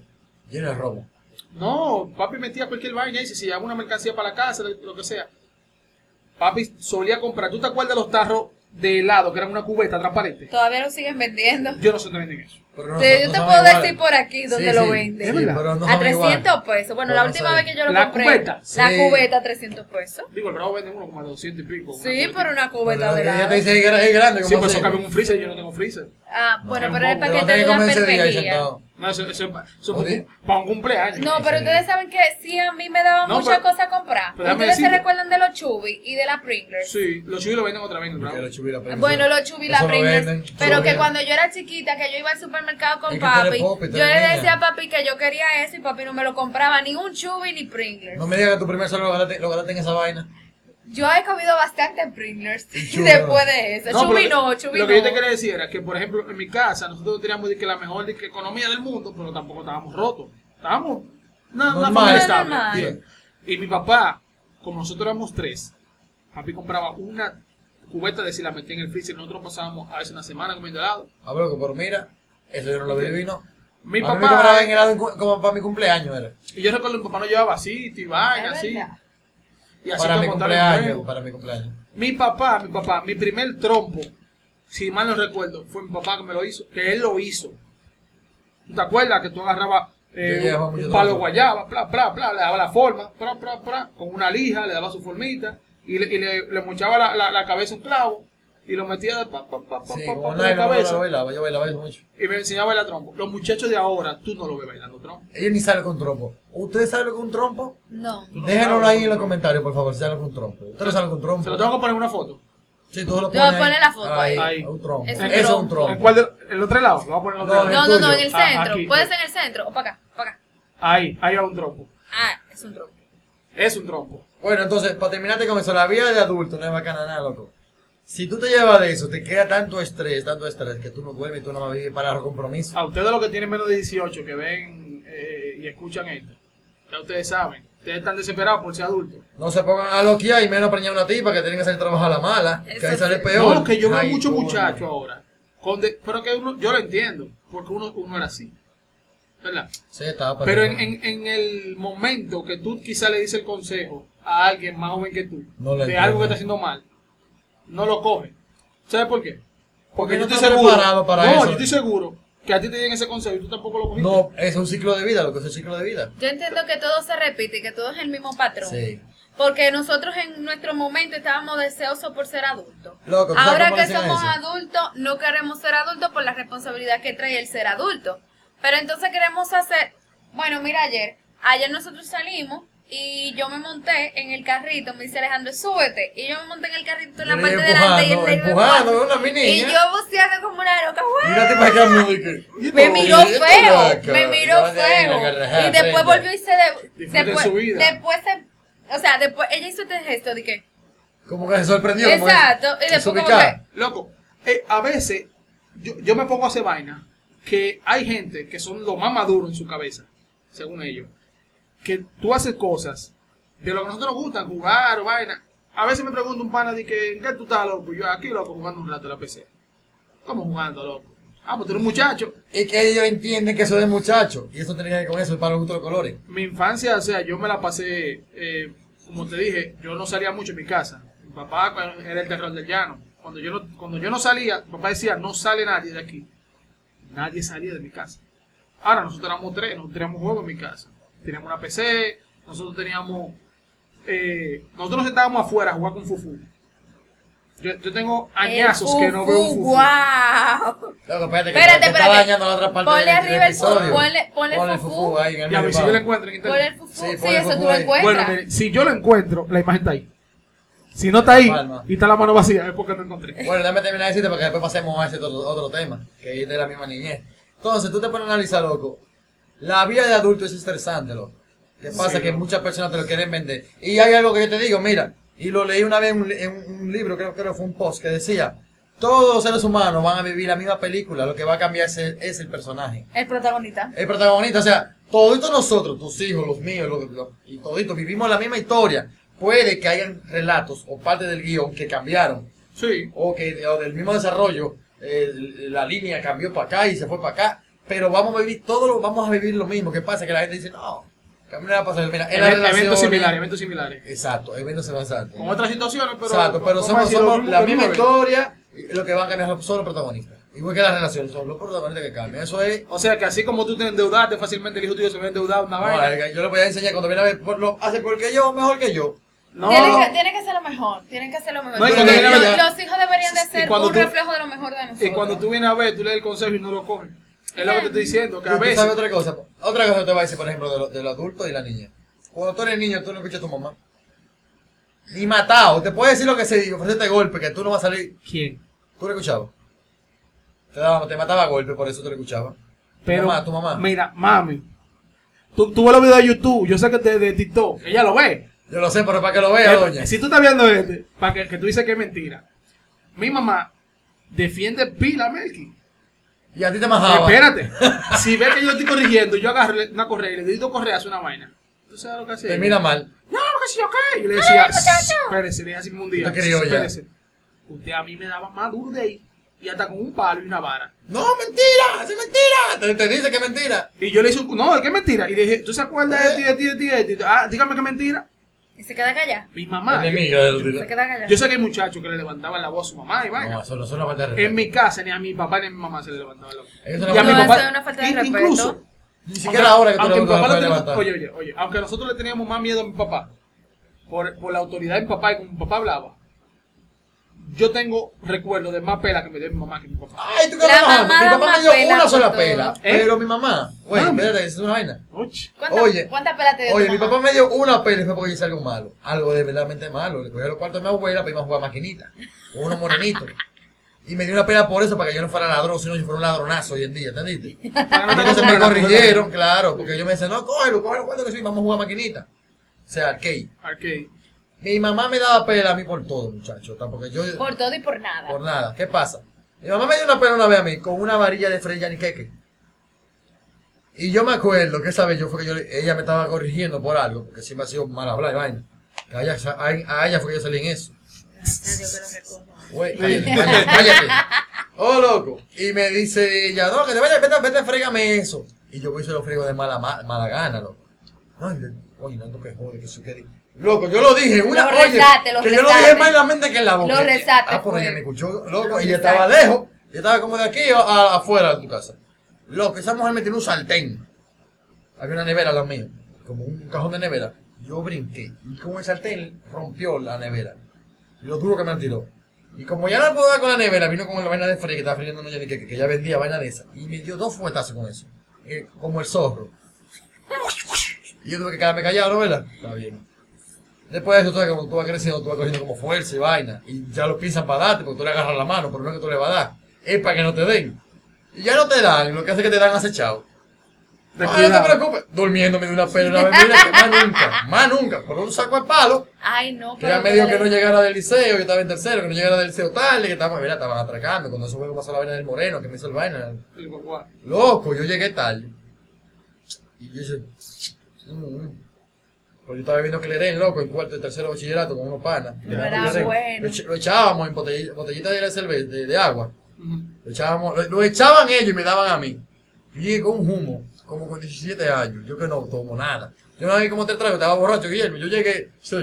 S2: Lleno de robo.
S1: No, papi metía cualquier vaina y si se llevaba una mercancía para la casa, lo lo que sea. Papi solía comprar. ¿Tú te acuerdas los tarros de helado que eran una cubeta transparente?
S3: Todavía lo siguen vendiendo.
S1: Yo no sé dónde venden eso.
S2: Pero no-
S3: Sí,
S2: no
S3: yo te
S2: sabe
S3: puedo
S2: igual.
S3: decir por aquí donde
S2: Sí,
S3: lo
S2: sí,
S3: venden.
S2: sí,
S1: ¿verdad?
S2: pero no
S3: a
S2: sabe igual.
S3: 300 pesos. Bueno,
S2: Pero
S3: la
S2: no
S3: última
S2: sabe.
S3: vez que yo lo
S1: La
S3: compré.
S1: cubeta.
S3: La
S2: Sí.
S3: cubeta, 300 pesos.
S1: Digo, el bravo vende uno como a 200 y pico.
S3: Sí,
S1: por
S3: pero una
S2: Pero
S3: cubeta de
S2: ella te
S3: helado.
S2: dice que era- es grande.
S1: Sí,
S2: ¿cómo
S1: pues eso
S2: así?
S1: cabe en un freezer, yo no tengo freezer.
S3: Ah, bueno,
S1: No,
S3: pero el
S1: no,
S2: Te lo
S3: paquete
S2: tengo
S3: de
S2: que
S3: la
S2: comer ese día ahí
S3: pervería.
S2: sentado.
S1: No, eso, eso, es pa- eso es
S2: Oye.
S1: pa- para un cumpleaños.
S3: No, pero ustedes saben que sí a mí me daba
S1: No,
S3: muchas
S1: pero-
S3: cosas a comprar.
S1: pero déjame
S3: Ustedes se
S1: decirte.
S3: recuerdan de los chubis y de la Pringles.
S1: Sí, los chubis lo venden otra vez en el
S2: Porque
S1: bravo.
S2: lo chubí la prensa.
S3: Bueno, los chubis y la
S2: Eso lo
S3: Pringles.
S2: venden, eso
S3: pero
S2: lo
S3: que
S2: venden.
S3: cuando yo era chiquita, que yo iba al supermercado con
S2: Es que tú eres
S3: papi,
S2: popi, tú
S3: yo
S2: eres
S3: le
S2: niña.
S3: decía a papi que yo quería eso y papi no me lo compraba ni un chubi ni Pringles.
S2: No me digas que tu primer solo lo ganaste, lo ganaste en esa vaina.
S3: Yo he comido bastante Pringles
S2: chubi,
S3: después de eso.
S1: pero
S3: chubi no,
S1: lo que-
S3: chubi
S1: Lo
S3: no.
S1: que yo te quería decir era que, por ejemplo, en mi casa, nosotros teníamos de que la mejor de que economía del mundo, pero tampoco estábamos rotos. Estábamos una, una
S2: Normal.
S1: familia estable.
S3: Normal.
S1: Bien. Y mi papá, como nosotros éramos tres, papi compraba una cubeta de si la metía en el freezer. Nosotros pasábamos a veces una semana comiendo helado.
S2: Ah, pero que por mira, eso yo no lo viví, ¿no?
S1: Mi
S2: A mí
S1: papá-
S2: Me cobraban en helado en cu- como para mi cumpleaños, era.
S1: Y yo recuerdo que mi papá nos llevaba vasito y vaina,
S2: ah,
S3: Es
S1: así.
S3: verdad.
S1: Y así
S2: Para
S1: que
S2: mi
S1: montaron el
S2: cumpleaños,
S1: juego.
S2: para mi cumpleaños.
S1: Mi papá, mi papá, mi primer trompo, si mal no recuerdo, fue mi papá que me lo hizo, que él lo hizo. ¿Tú ¿Te acuerdas que tú agarrabas eh,
S2: Yo llevaba
S1: un-
S2: mucho
S1: un palo
S2: trompo.
S1: guayaba, pla, pla, pla, le daba la forma, pra, pra, pra, con una lija, le daba su formita y le, y le, le mochaba la, la- la cabeza un clavo y lo metía de pa, pa, pa, pa,
S2: Sí,
S1: pa, pa,
S2: como
S1: por
S2: nadie
S1: la
S2: lo
S1: cabeza.
S2: bailaba, yo bailaba eso mucho.
S1: Y me enseñaba a bailar trompo. Los muchachos de ahora, tú no lo ves bailando trompo.
S2: Ellos ni saben con trompo. ¿Ustedes saben con trompo?
S3: No.
S1: Tú no
S2: Déjenlo
S1: sabes.
S2: ahí en los comentarios, por favor, si saben con trompo. ¿Ustedes saben con
S1: Se
S2: trompo?
S1: lo tengo que poner una foto.
S2: Sí, tú lo
S3: Yo,
S2: pones ahí.
S3: ponle la foto
S2: Ahí,
S1: ahí.
S2: un trompo.
S3: Es
S2: Eso
S1: un
S2: es un
S3: trompo.
S1: ¿En
S2: trompo.
S1: cuál del el otro lado? Vamos a poner el otro
S2: No,
S1: lado.
S3: No, no, no, en el
S1: tuyo. Ah,
S3: centro.
S1: aquí.
S3: Puede ser en el centro o para acá, para acá.
S1: Ahí, ahí hay un trompo.
S3: Ah, es un trompo.
S1: Es un trompo.
S2: Bueno, entonces, para terminarte con eso, la vida de adulto no es bacana nada, loco. Si tú te llevas de eso, te queda tanto estrés, tanto estrés, que tú no duermes, tú no vas a vivir para los compromisos.
S1: A ustedes los que tienen menos de 18 que ven eh, y escuchan esto, ya ustedes saben. Ustedes están desesperados por ser adultos.
S2: No se pongan a loquear y menos a preñar a una tipa que tienen que hacer trabajo a la mala, que
S3: Eso
S2: ahí sale
S3: sí.
S2: peor.
S1: No, que yo veo
S2: Ay,
S1: muchos
S2: coño.
S1: muchachos ahora. con de- pero que uno, yo lo entiendo, porque uno, uno era así. ¿Verdad?
S2: Se tapa.
S1: Pero
S2: se
S1: en,
S2: tapa.
S1: en- en el momento que tú quizá le dices el consejo a alguien más joven que tú
S2: No
S1: de
S2: lo entiende.
S1: algo que está haciendo mal, no lo coge. ¿Sabes por qué?
S2: Porque no está preparado para
S1: no,
S2: eso.
S1: yo estoy seguro que a ti te dieron ese consejo y tú tampoco lo cogiste.
S2: No, es un ciclo de vida, lo que es un ciclo de vida.
S3: Yo entiendo que todo se repite y que todo es el mismo patrón.
S2: Sí.
S3: Porque nosotros en nuestro momento estábamos deseosos por ser adultos.
S2: Loco, ¿tú sabes
S3: Ahora
S2: cómo
S3: que
S2: dicen
S3: somos
S2: eso?
S3: adultos, no queremos ser adultos por la responsabilidad que trae el ser adulto. Pero entonces queremos hacer, bueno, mira ayer, ayer nosotros salimos y yo me monté en el carrito, me dice Alejandro, súbete. Y yo me monté en el carrito en la
S2: Yo
S3: parte
S2: le
S3: de
S2: dije,
S3: delante y él
S2: empujando,
S3: me dijo,
S2: empujando,
S3: "Guau".
S2: una mi
S3: Y
S2: niña.
S3: yo buceando como una loca,
S2: Y
S3: "Guau".
S2: la tipa que habló y que-
S3: Me miró
S2: Oye,
S3: feo,
S2: loco,
S3: me miró
S2: yo de ahí me agarré
S3: feo.
S2: a
S3: Y después
S2: frente.
S3: volvió y se... de-
S1: Disfruten
S3: después,
S1: su vida.
S3: después se... O sea, después ella hizo este gesto de que...
S2: Como que se sorprendió. como que
S3: Exacto, y después como
S2: desubicada.
S1: Loco, eh, a veces yo, yo me pongo a hacer vaina que hay gente que son lo más maduro en su cabeza, según ellos, que tú haces cosas de lo que a nosotros nos gustan, jugar o vaina. A veces me pregunta un pana de que, ¿en qué tú estás, loco? Y yo, aquí, loco, jugando un rato en la PC. ¿Cómo jugando, loco? Ah, pues tú eres un muchacho.
S2: Y que ellos entienden que eso es de muchacho. Y eso tiene que ver con eso, el palo gusto de los colores.
S1: Mi infancia, o sea, yo me la pasé, eh, como te dije, yo no salía mucho en mi casa. Mi papá cu- era el terror del llano. Cuando yo no, cuando yo no salía, mi papá decía, no sale nadie de aquí. Nadie salía de mi casa. Ahora nosotros éramos tres, nosotros teníamos juegos en mi casa. Teníamos una PC, nosotros teníamos... eh, nosotros nos sentábamos afuera a jugar con Fufu. Yo, yo tengo añazos que no veo un Fufu.
S3: ¡Wow!
S2: Loco, espérate, que
S3: Espérate,
S2: te está
S3: espérate.
S2: dañando la otra parte
S3: Ponle
S2: del- del
S3: arriba el fu-
S2: episodio.
S3: ponle- ponle
S2: Ponle
S3: fufu.
S2: fufu ahí en el
S1: Y a ver
S2: medio
S1: si yo
S2: palo.
S1: lo encuentro en
S3: Por
S1: internet.
S3: el fufu,
S2: Sí,
S3: sí,
S2: por el
S3: eso
S2: fufu
S3: tú lo
S2: ahí.
S1: Bueno,
S3: encuentras.
S1: mire, si yo lo encuentro, la imagen está ahí. Si no está ahí
S2: Palma.
S1: y está la mano vacía, es porque no encontré.
S2: Bueno, déjame terminar de decirte para que después pasemos a ese otro, otro tema, que es de la misma niñez. Entonces, tú te pones a analizar, loco. La vida de adulto es estresante, loco. ¿Qué pasa?
S1: Sí.
S2: que muchas personas te lo quieren vender. Y hay algo que yo te digo, mira, y lo leí una vez en un, li- en un- un libro, creo que fue un post, que decía, todos los seres humanos van a vivir la misma película, lo que va a cambiar es el- es el personaje.
S3: El protagonista.
S2: el protagonista, o sea, toditos nosotros, tus hijos, los míos, los, los- y toditos, vivimos la misma historia. Puede que hayan relatos o partes del guión que cambiaron,
S1: Sí.
S2: o que o del mismo desarrollo, eh, la línea cambió para acá y se fue para acá, pero vamos a vivir todo, lo, vamos a vivir lo mismo. ¿Qué pasa? Que la gente dice, no, que a mí no me va a pasar. Mira, en la
S1: Event- eventos
S2: relación- eh.
S1: similares, eventos similares.
S2: Exacto, eventos exacto.
S1: Con otras situaciones, pero.
S2: Exacto, pero
S1: vamos a
S2: somos,
S1: decir lo
S2: somos
S1: mismo
S2: la
S1: que
S2: misma
S1: una vez.
S2: historia, y lo que van a cambiar son los protagonistas. Igual que las relaciones, son los protagonistas que cambian. Eso es
S1: O sea que así como tú te endeudaste fácilmente, el hijo tuyo se ve endeudado en una
S2: No,
S1: vaina.
S2: verga, yo le voy a enseñar cuando viene a ver, por lo hace porque yo, mejor que yo.
S1: No,
S3: Tiene, que, tiene que ser lo mejor, tienen que ser lo mejor.
S1: No, y
S3: Los-
S1: cuando viene a ver-
S3: los, hijos deberían de
S1: Y
S3: ser
S1: cuando
S3: un
S1: tú-
S3: reflejo de lo mejor de nosotros.
S1: Y cuando tú vienes a ver, tú lees el consejo y no lo coges. Es lo que te estoy diciendo, que a
S2: Pero tú sabes
S1: veces.
S2: otra cosa. Otra cosa que te voy a decir, por ejemplo, de lo- del adulto y la niña. Cuando tú eres niño, tú no escuchas a tu mamá. Ni matado, te puede decir lo que se diga, ofrecerte golpe, que tú no vas a salir.
S1: ¿Quién?
S2: Tú lo escuchabas. Te, daba, te mataba a golpe, por eso tú lo escuchabas.
S1: Pero,
S2: tu mamá, tu mamá.
S1: Mira, mami. Tú, tú ves los videos de YouTube, yo sé que te de TikTok, ella lo ve.
S2: Yo lo sé, pero para que lo veas,
S1: Eh,
S2: doña.
S1: Si tú estás viendo este, para que, que tú dices que es mentira. Mi mamá defiende pila a Melky.
S2: Y a ti te majaba.
S1: Espérate. si ve que yo estoy corrigiendo, yo agarro le- una correa y le doy dos correas a una vaina. ¿Tú sabes lo que hacía?
S2: Te mira mal.
S1: No, que sí, ok. Y le decía,
S3: Ay, muchacho.
S1: espérese, le dije así como un día.
S2: Una criolla.
S1: Espérese. Usted a mí me daba más duro de ahí. Y hasta con un palo y una vara.
S2: No, mentira, es mentira. Te, te dice que es mentira.
S1: Y yo le hice un. No, es que es mentira. Y le dije, ¿tú se acuerdas de ti, de ti, de ti, de ti? Ah, dígame que es mentira.
S3: Y se queda callada.
S1: Mi mamá.
S2: Enemiga del-
S3: Se queda callada.
S1: Yo sé que hay muchachos que le levantaban la voz a su mamá y vaina.
S2: No, eso no es una falta de respeto.
S1: En mi casa, ni a mi papá ni a mi mamá se le levantaba la voz.
S2: Eso no
S1: Y a
S2: es
S1: mi
S2: una
S1: papá.
S3: falta de- una falta de
S1: in-
S3: respeto.
S1: incluso.
S2: Ni siquiera ahora que tú
S1: aunque
S2: lo-
S1: mi
S2: lo
S1: papá
S2: puedes
S1: le tenía-
S2: levantar.
S1: Oye, oye, oye. Aunque nosotros le teníamos más miedo a mi papá. Por, por la autoridad de mi papá y como mi papá hablaba. yo tengo recuerdo de más pela que me dio mi mamá que mi papá.
S2: Ay, tú qué
S3: La
S2: relajando.
S3: mamá
S2: Mi
S3: da
S2: papá
S3: más
S2: me dio
S3: pela
S2: una
S3: por
S2: sola
S3: todo.
S2: pela.
S1: ¿Eh?
S2: Pero mi mamá, güey,
S1: Mami.
S2: espérate, es una vaina.
S1: Oye.
S3: ¿Cuánta-
S2: Oye.
S3: ¿Cuántas pelas te dio tu
S2: Oye, mi
S3: mamá?
S2: papá me dio una pela y fue porque hice algo malo. Algo de verdaderamente malo. Le cogí a los cuartos de mi abuela para irme a jugar maquinita. Con unos morenitos. Y me dio una pela por eso, para que yo no fuera ladrón, sino yo fuera un ladronazo hoy en día, ¿entendiste?
S1: Para no
S2: Entonces me
S1: comprar-
S2: corrigieron, claro, porque yo me decía, no, cógelo, cógelo, cuando que sí, vamos a jugar maquinita. O sea, arcade.
S1: Ok.
S2: Mi mamá me daba pela a mí por todo, muchacho, ¿tá? porque yo, por,
S3: Por todo y por nada.
S2: nada, ¿qué pasa? Mi mamá me dio una pela una vez a mí, con una varilla de Freddy Yaniqueque. Y yo me acuerdo que esa vez yo fue que yo, le- ella me estaba corrigiendo por algo, porque siempre ha sido mal hablar y vaina. A ella, a, a ella fue que yo salí en eso. Güey, cállate, cállate, cállate. Oh, loco. Y me dice ella, no, que te vayas, vete, vete, frégame eso. Y yo voy y se lo frego de mala, ma- mala gana, loco. No, y le- oye, no, que jode, que eso que di- Loco, yo lo dije, una
S3: Lo
S2: oye,
S3: rezaste, lo
S2: que yo lo
S3: rezaste.
S2: dije más en la mente que en la boca.
S3: Lo rezaste, pues.
S2: Ah, porque
S3: fue.
S2: ella me escuchó, loco,
S3: Lo
S2: y ella estaba
S3: rezaste.
S2: lejos, ella estaba como de aquí a- a- afuera de tu casa. Loco, esa mujer me tiene un sartén. Había una nevera la mía, como un cajón de nevera. Yo brinqué y con el sartén rompió la nevera. Y lo duro que me la tiró. Y como ya no puedo dar con la nevera, vino con la vaina de freír que estaba friendo no que, que, que ya vendía vaina de esa. Y me dio dos fuetazos con eso. eh, como el zorro. Y yo tuve que quedarme callado, ¿no, verdad? Está bien. Después de eso, tú ves que cuando tú vas creciendo, tú vas cogiendo como fuerza y vaina. Y ya lo piensan para darte, porque tú le agarras la mano, pero no es que tú le vas a dar. Es para que no te den. Y ya no te dan, lo que hace que te dan acechado.
S1: Te
S2: Ay, no te
S1: cuidado.
S2: preocupes. Durmiéndome de una pena una vez, mira, que más nunca, más nunca. Por un saco de palo,
S3: Ay, no,
S2: que ya me dijo que no llegara del liceo, yo estaba en tercero, que no llegara del liceo tarde, que estaba, mira, estaban atracando. Cuando eso fue que pasó la vaina del moreno, que me hizo el vaina.
S1: El guaguá.
S2: Loco, yo llegué tarde. Y yo dije, mm, mm. Porque yo estaba viviendo que le den, loco, en cuarto y tercero de bachillerato con unos panas.
S1: Pero
S2: Yo
S3: era
S2: sé,
S3: bueno.
S2: Lo, ech- lo echábamos en botellita, botellita de, cerveza, de, de agua.
S1: Ujú.
S2: Lo, echábamos, lo, lo echaban ellos y me daban a mí. Yo llegué con un humo, como con 17 años. Yo que no tomo nada. Yo no sabía cómo te traigo, estaba borracho, Guillermo. Yo llegué. sí.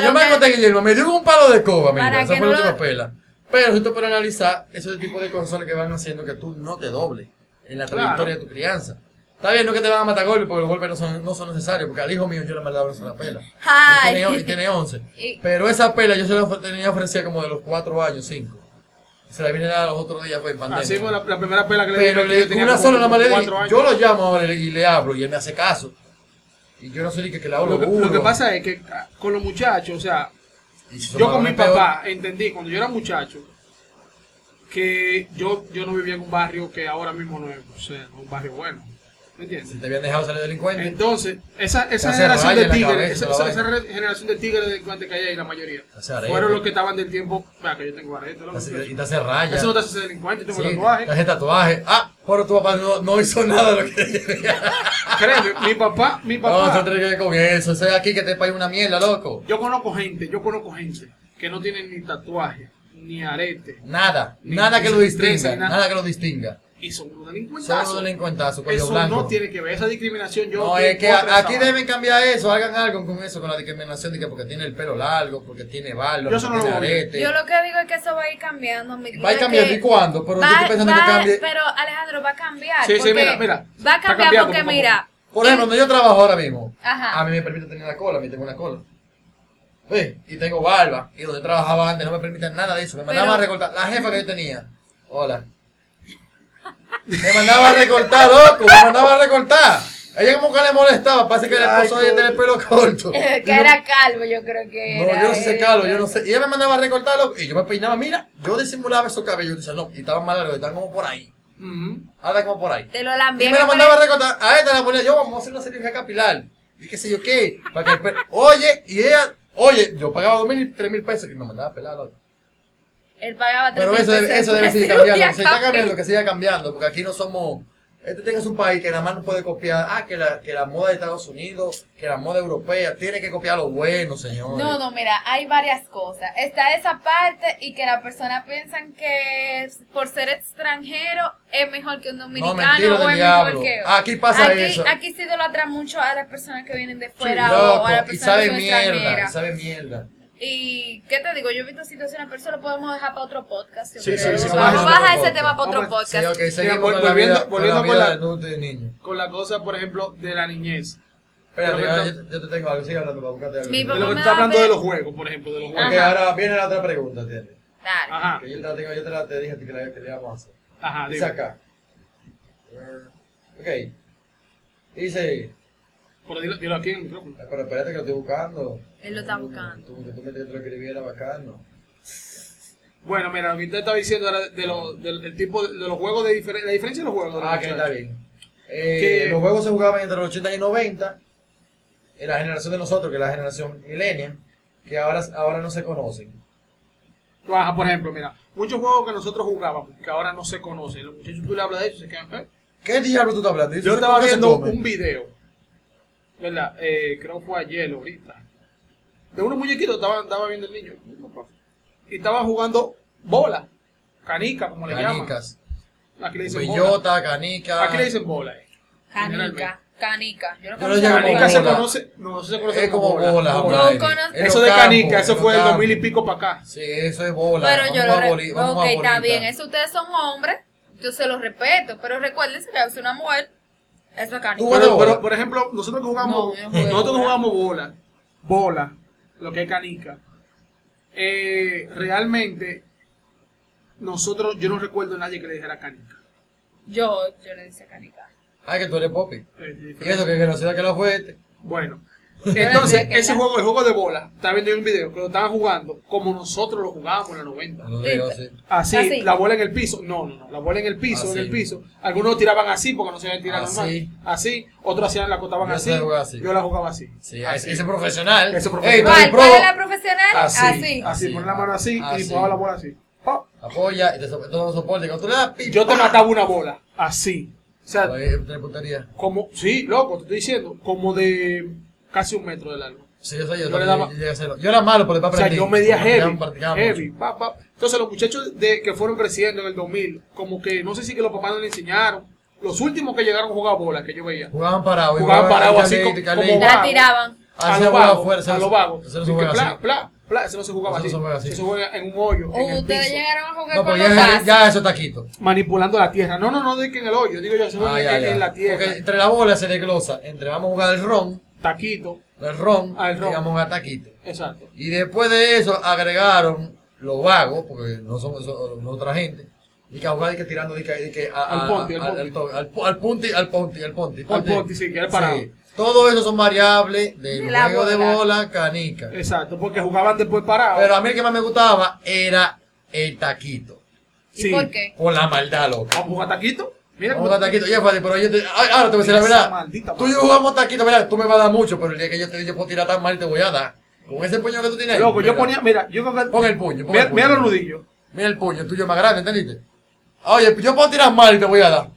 S2: Cuando
S3: lo
S2: yo me
S3: que-
S2: encontré, Guillermo, me dio un palo de coba,
S3: Para
S2: mira. Esa
S3: que
S2: fue
S3: no
S2: la última
S3: lo-
S2: pela. Pero esto para analizar, ese tipo de cosas que van haciendo que tú no te dobles en la
S1: Claro.
S2: trayectoria de tu crianza. Está bien, no que te van a matar golpes, porque los golpes no son, no son necesarios, porque al hijo mío yo le mandaba una sola pela. Y
S3: Ay.
S2: tiene, y tiene 11.
S3: Y-
S2: Pero esa pela yo se la ofre- tenía ofrecida como de los 4 años, 5. Se la vine a dar los otros días, fue en pandemia.
S1: Así fue la, la primera pela que le
S2: Pero
S1: di,
S2: le,
S1: yo tenía
S2: una
S1: como
S2: sola nada más le di.
S1: cuatro años.
S2: Yo lo llamo ahora y le hablo y él me hace caso. Y yo no soy ni que, que le hablo
S1: lo, que,
S2: duro.
S1: lo que pasa es que ah, con los muchachos, o sea,
S2: Y si son
S1: yo con mi
S2: varones peor,
S1: papá entendí cuando yo era muchacho que yo, yo no vivía en un barrio que ahora mismo no es o sea, no es un barrio bueno. ¿Me entiendes?
S2: Si te habían dejado salir delincuente.
S1: Entonces, esa, esa
S2: hace
S1: generación
S2: raya
S1: de
S2: en la
S1: tigres,
S2: cabeza,
S1: esa,
S2: la
S1: esa-
S2: vaina.
S1: esa re- generación de tigres delincuentes que hay ahí, la mayoría,
S2: Hace arena.
S1: fueron los que estaban del tiempo, vea que yo tengo arete, loco.
S2: Te hace- y
S1: eso
S2: te hace raya.
S1: no te hace ser delincuente, tengo
S2: Sí,
S1: tatuaje.
S2: te hace tatuaje. Ah, pero tu papá no, no hizo nada de lo que
S1: Créeme, mi papá, mi
S2: No,
S1: papá,
S2: no te que con eso. Ese de aquí que te paga una mierda, loco.
S1: yo conozco gente, yo conozco gente que no tiene ni tatuaje, ni arete,
S2: Nada,
S1: Ni-
S2: nada
S1: ni
S2: que lo
S1: tristeza,
S2: distinga.
S1: ni nada.
S2: Nada que lo distinga.
S1: y son unos
S2: Solo
S1: delincuentazos.
S2: un encuentazo, cuello
S1: Eso
S2: blanco.
S1: no tiene que ver, esa discriminación yo
S2: No,
S1: estoy
S2: es que
S1: en contra de
S2: a-
S1: esa
S2: aquí
S1: vaina.
S2: deben cambiar eso, hagan algo con eso, con la discriminación de que porque tiene el pelo largo, porque tiene barba,
S1: Yo
S2: porque
S1: eso no
S2: tiene
S1: lo veo.
S2: arete.
S3: Yo lo que digo es que eso va a ir cambiando. mi vida,
S2: Va a ir cambiando,
S3: que-
S2: ¿y cuándo? Pero yo
S3: va-
S2: estoy pensando
S3: va-
S2: que cambie.
S3: Pero Alejandro, va a cambiar.
S1: Sí, sí,
S3: porque
S1: mira, mira.
S3: Va a
S1: Está
S3: cambiar
S1: cambiando,
S3: porque,
S1: poco a
S3: mira.
S2: Por ejemplo, donde yo trabajo ahora mismo,
S3: Ajá.
S2: a mí me permite tener la cola, a mí tengo una cola. ¿Ves? Y tengo barba. Y donde trabajaba antes no me permiten nada de eso. Me mandaban
S3: Pero-
S2: a recortar. La jefa que yo tenía. Hola. Me mandaba a recortar, loco. Me mandaba a recortar. A Ella como que le molestaba. Parece que el
S1: Ay,
S2: esposo de ella
S1: coño.
S2: tiene el pelo corto.
S3: que era calvo, yo creo que
S2: No,
S3: era.
S2: yo no sé si
S3: eh,
S2: calvo, yo no sé. Y ella me mandaba a recortar, loco. Y yo me peinaba, mira. Yo disimulaba esos cabellos. Decía, no, y estaban mal largos. Estaban como por ahí.
S1: Ujú.
S2: Ahora como por ahí.
S3: Te lo lambí.
S2: Y me la mandaba a recortar. A esta la ponía yo, vamos a hacer una cirugía capilar. Y qué sé yo qué. Para que el pe- Oye, y ella, oye, yo pagaba dos mil, tres mil pesos y me mandaba a pelar. loco.
S3: Él pagaba
S2: Pero
S3: 300
S2: eso, debe- eso
S3: pesos
S2: debe
S3: por
S2: seguir
S3: cirugía
S2: cambiando. Se está
S3: capilar.
S2: cambiando, que siga cambiando, porque aquí no somos. Este tiene que ser un país que nada más no puede copiar. Ah, que la, que la moda de Estados Unidos, que la moda europea, tiene que copiar lo bueno, señor.
S3: No, no, mira, hay varias cosas. Está esa parte y que las personas piensan que por ser extranjero es mejor que un dominicano
S2: mentira del
S3: o es
S2: diablo. Ah,
S3: mejor que otro.
S2: Aquí pasa
S3: aquí,
S2: eso.
S3: Aquí se idolatra mucho a las personas que vienen de fuera o
S2: Loco,
S3: a las
S2: y
S3: personas
S2: sabe
S3: que son
S2: mierda, y
S3: extranjeras.
S2: sabe mierda.
S3: Y, ¿qué te digo? Yo he visto situaciones, pero eso lo podemos pues dejar para otro podcast. yo
S1: Sí,
S3: creo.
S1: sí, sí,
S3: Vamos,
S1: sí,
S3: baja
S2: sí,
S3: ese
S2: sí,
S3: tema para otro
S1: vamos,
S2: Sí,
S3: podcast.
S2: ok, seguimos
S1: vol-
S2: con la
S1: volviendo-
S2: vida, con
S1: volviendo
S2: la
S1: con
S2: vida
S1: la-
S2: del adulto y del niño.
S1: Con la cosa, por ejemplo, de la niñez.
S2: Espérate,
S1: Pero
S2: ahora
S1: me
S2: yo, yo te tengo algo, sigue hablando para buscarte algo.
S3: Mi
S1: De
S3: papá-
S1: lo que tú
S3: me
S1: estás
S3: da
S1: hablando
S3: pe-
S1: de los juegos, por ejemplo, de los
S2: Porque
S1: juegos.
S3: Ajá.
S2: ahora viene la otra pregunta, ¿entiendes?
S3: Dale.
S1: Ajá,
S2: Que yo te la tengo, yo te la te dije a ti que la que le íbamos a hacer.
S1: ajá,
S2: Dice
S1: Ah, dime.
S2: acá. Eh, Ok. Dice.
S1: Pero dilo, dilo aquí en el micrófono.
S2: Pero espérate que lo estoy buscando.
S3: Él lo está buscando.
S2: Tú, que tú me te lo escribiera bacano.
S1: Bueno, mira, lo que usted estaba diciendo era de lo- del el tipo de, de los juegos de diferencia, la diferencia de los juegos. de los
S2: Ah, que está
S1: muchachos.
S2: bien. Eh,
S1: Que-
S2: Los juegos se jugaban entre los 80 y 90. En la generación de nosotros, que es la generación milenia, que ahora, ahora no se conocen.
S1: Ajá, por ejemplo, mira, muchos juegos que nosotros jugábamos, que ahora no se conocen, los muchachos tú le hablas de ellos y se quedan, ¿eh?
S2: ¿Qué diablo tú estás hablando?
S1: Yo
S2: ¿Eso
S1: estaba
S2: cómo se
S1: viendo
S2: come?
S1: un video, ¿verdad? Eh, creo que fue ayer, ahorita. De unos muñequitos estaba, estaba viendo el niño. Y estaban jugando bola, canica, como le llaman.
S2: Canicas.
S1: Aquí le dicen bola.
S2: Bellota, canica.
S1: Aquí le dicen bola. eh.
S3: Canica,
S1: Generalmente.
S3: canica. Yo no
S2: Yo lo
S3: conozco
S2: llamo
S1: Canica se
S2: bola.
S1: conoce, no se conoce
S2: Es como bola,
S3: Yo
S2: Abraham.
S3: conozco-
S2: En
S1: Eso
S2: los
S1: de canica,
S2: campos,
S1: eso
S2: en
S1: fue
S2: los
S1: del
S2: campos.
S1: 2000 y pico para acá.
S2: Sí, eso es bola.
S3: Pero yo
S2: vamos
S3: lo
S2: a boli-
S3: respeto.
S2: vamos a
S3: Ok, está
S2: bolita.
S3: bien. Eso ustedes son hombres. Yo se los respeto. Pero recuérdense que es una mujer. Eso es
S2: Tú
S3: canica.
S2: vas-
S1: Pero,
S2: bola.
S1: pero, por ejemplo, nosotros que jugamos,
S3: No, yo no jugué
S1: nosotros que
S3: bola.
S1: jugamos bola, bola, lo que es canica, eh, realmente nosotros, yo no recuerdo a nadie que le dijera canica.
S3: Yo, yo le decía canica.
S2: Ay, que tú eres popi.
S1: Eh,
S2: Y eso que graciosa que la fuiste.
S1: Bueno,
S3: no
S1: entonces,
S3: sé qué
S1: ese
S3: era.
S1: juego, el juego de bola, estaba viendo yo un video que lo estaban jugando como nosotros lo jugábamos en la 90.
S2: No digo así.
S1: Así,
S3: Así.
S1: la bola en el piso. No, no, no. La bola en el piso,
S2: Así.
S1: en el piso. Algunos tiraban así porque no se habían tirado
S2: Así.
S1: normal. Así. Otros hacían la acotaban
S2: Ah, Yo
S1: así.
S2: la jugaba así.
S1: Yo la jugaba así.
S2: Ah, Sí,
S1: así.
S2: ese es profesional.
S1: Ese profesional.
S2: Ey, tú eres
S3: ¿Cuál? ¿Cuál
S2: pro.
S3: es la profesional?
S1: Ah,
S2: Así.
S3: Así.
S1: Así,
S2: Así.
S1: poner la mano así,
S2: Así.
S1: y jugaba la bola así. ¡Pop!
S2: Apoya y te so- todo soporte. Cuando tú le das pim,
S1: Yo te
S2: ¡pam!
S1: mataba una bola. Así. O sea,
S2: Ahí, Tres punterías.
S1: como, sí, loco, te estoy diciendo, como de casi un metro de largo.
S2: Sí, eso yo,
S1: Yo le
S2: también
S1: daba-
S2: llegué a hacerlo. Yo era malo, pero después
S1: O sea,
S2: aprendí.
S1: yo medía heavy.
S2: Practicamos, practicamos.
S1: heavy pa, pa. Entonces, los muchachos de, que fueron creciendo en el 2000, como que no sé si que los papás no les enseñaron. Los últimos que llegaron a jugar bola, que yo veía.
S2: Jugaban parados. y
S1: Jugaban parados así
S2: Carlito,
S1: como-
S2: Carlito.
S1: como
S3: La
S1: Bravo.
S3: tiraban.
S1: A
S2: Así
S1: lo
S2: se juega
S1: vago,
S2: fuera, eso
S1: a
S2: no
S1: lo
S2: se-
S1: vago.
S2: eso no se
S1: Así que
S2: juega
S1: Pla,
S2: así.
S1: pla, pla. Eso no se jugaba
S2: Eso no
S1: así.
S2: se juega así.
S1: Eso se juega en un hoyo, en el
S3: Ustedes
S1: piso.
S3: llegaron a jugar
S2: No,
S3: con
S2: pero
S3: los
S2: ya,
S3: tazos.
S2: ya eso está quito.
S1: Manipulando la tierra. No, no, no, de que en el hoyo. Digo yo, eso no
S2: Ah,
S1: es
S2: ya,
S1: en,
S2: ya.
S1: en la tierra.
S2: Porque entre la bola se desglosa. Entre vamos a jugar el ron,
S1: Taquito.
S2: el ron,
S1: Ah, el ron.
S2: y vamos a jugar taquito.
S1: Exacto.
S2: Y después de eso agregaron los vagos, porque no son, son otra gente, y que a jugar y que tirando y que, y que a-
S1: Al
S2: a-
S1: ponti, al
S2: al,
S1: ponti.
S2: al to- al pu- al punti, al ponti, al ponti.
S1: ponti, sí, que era parado.
S2: Todo eso son variables del
S3: La
S2: juego de
S3: bola.
S2: bola canica.
S1: Exacto, porque jugaban después parados.
S2: Pero a mí el que más me gustaba era el taquito.
S3: ¿Y
S1: Sí.
S3: por qué?
S2: Por la maldad, loco.
S1: Vamos a jugar taquito. Mira
S2: Vamos
S1: cómo
S2: a jugar taquito. Ya, Fadi, pero yo te- ay, ahora te voy a decir la
S1: Esa
S2: verdad.
S1: maldita
S2: Tú y yo
S1: madre.
S2: jugamos taquito, ¿verdad? Tú me vas a dar mucho, pero el día que yo te yo puedo tirar tan mal, te voy a dar. Con ese puño que tú tienes. ahí,
S1: Loco, yo
S2: mira.
S1: ponía, mira, yo creo que-
S2: Pon el puño, pon
S1: Mira,
S2: el puño.
S1: mira los nudillos.
S2: Mira el puño, el tuyo es más grande, ¿entendiste? Oye, yo puedo tirar mal y te voy a dar.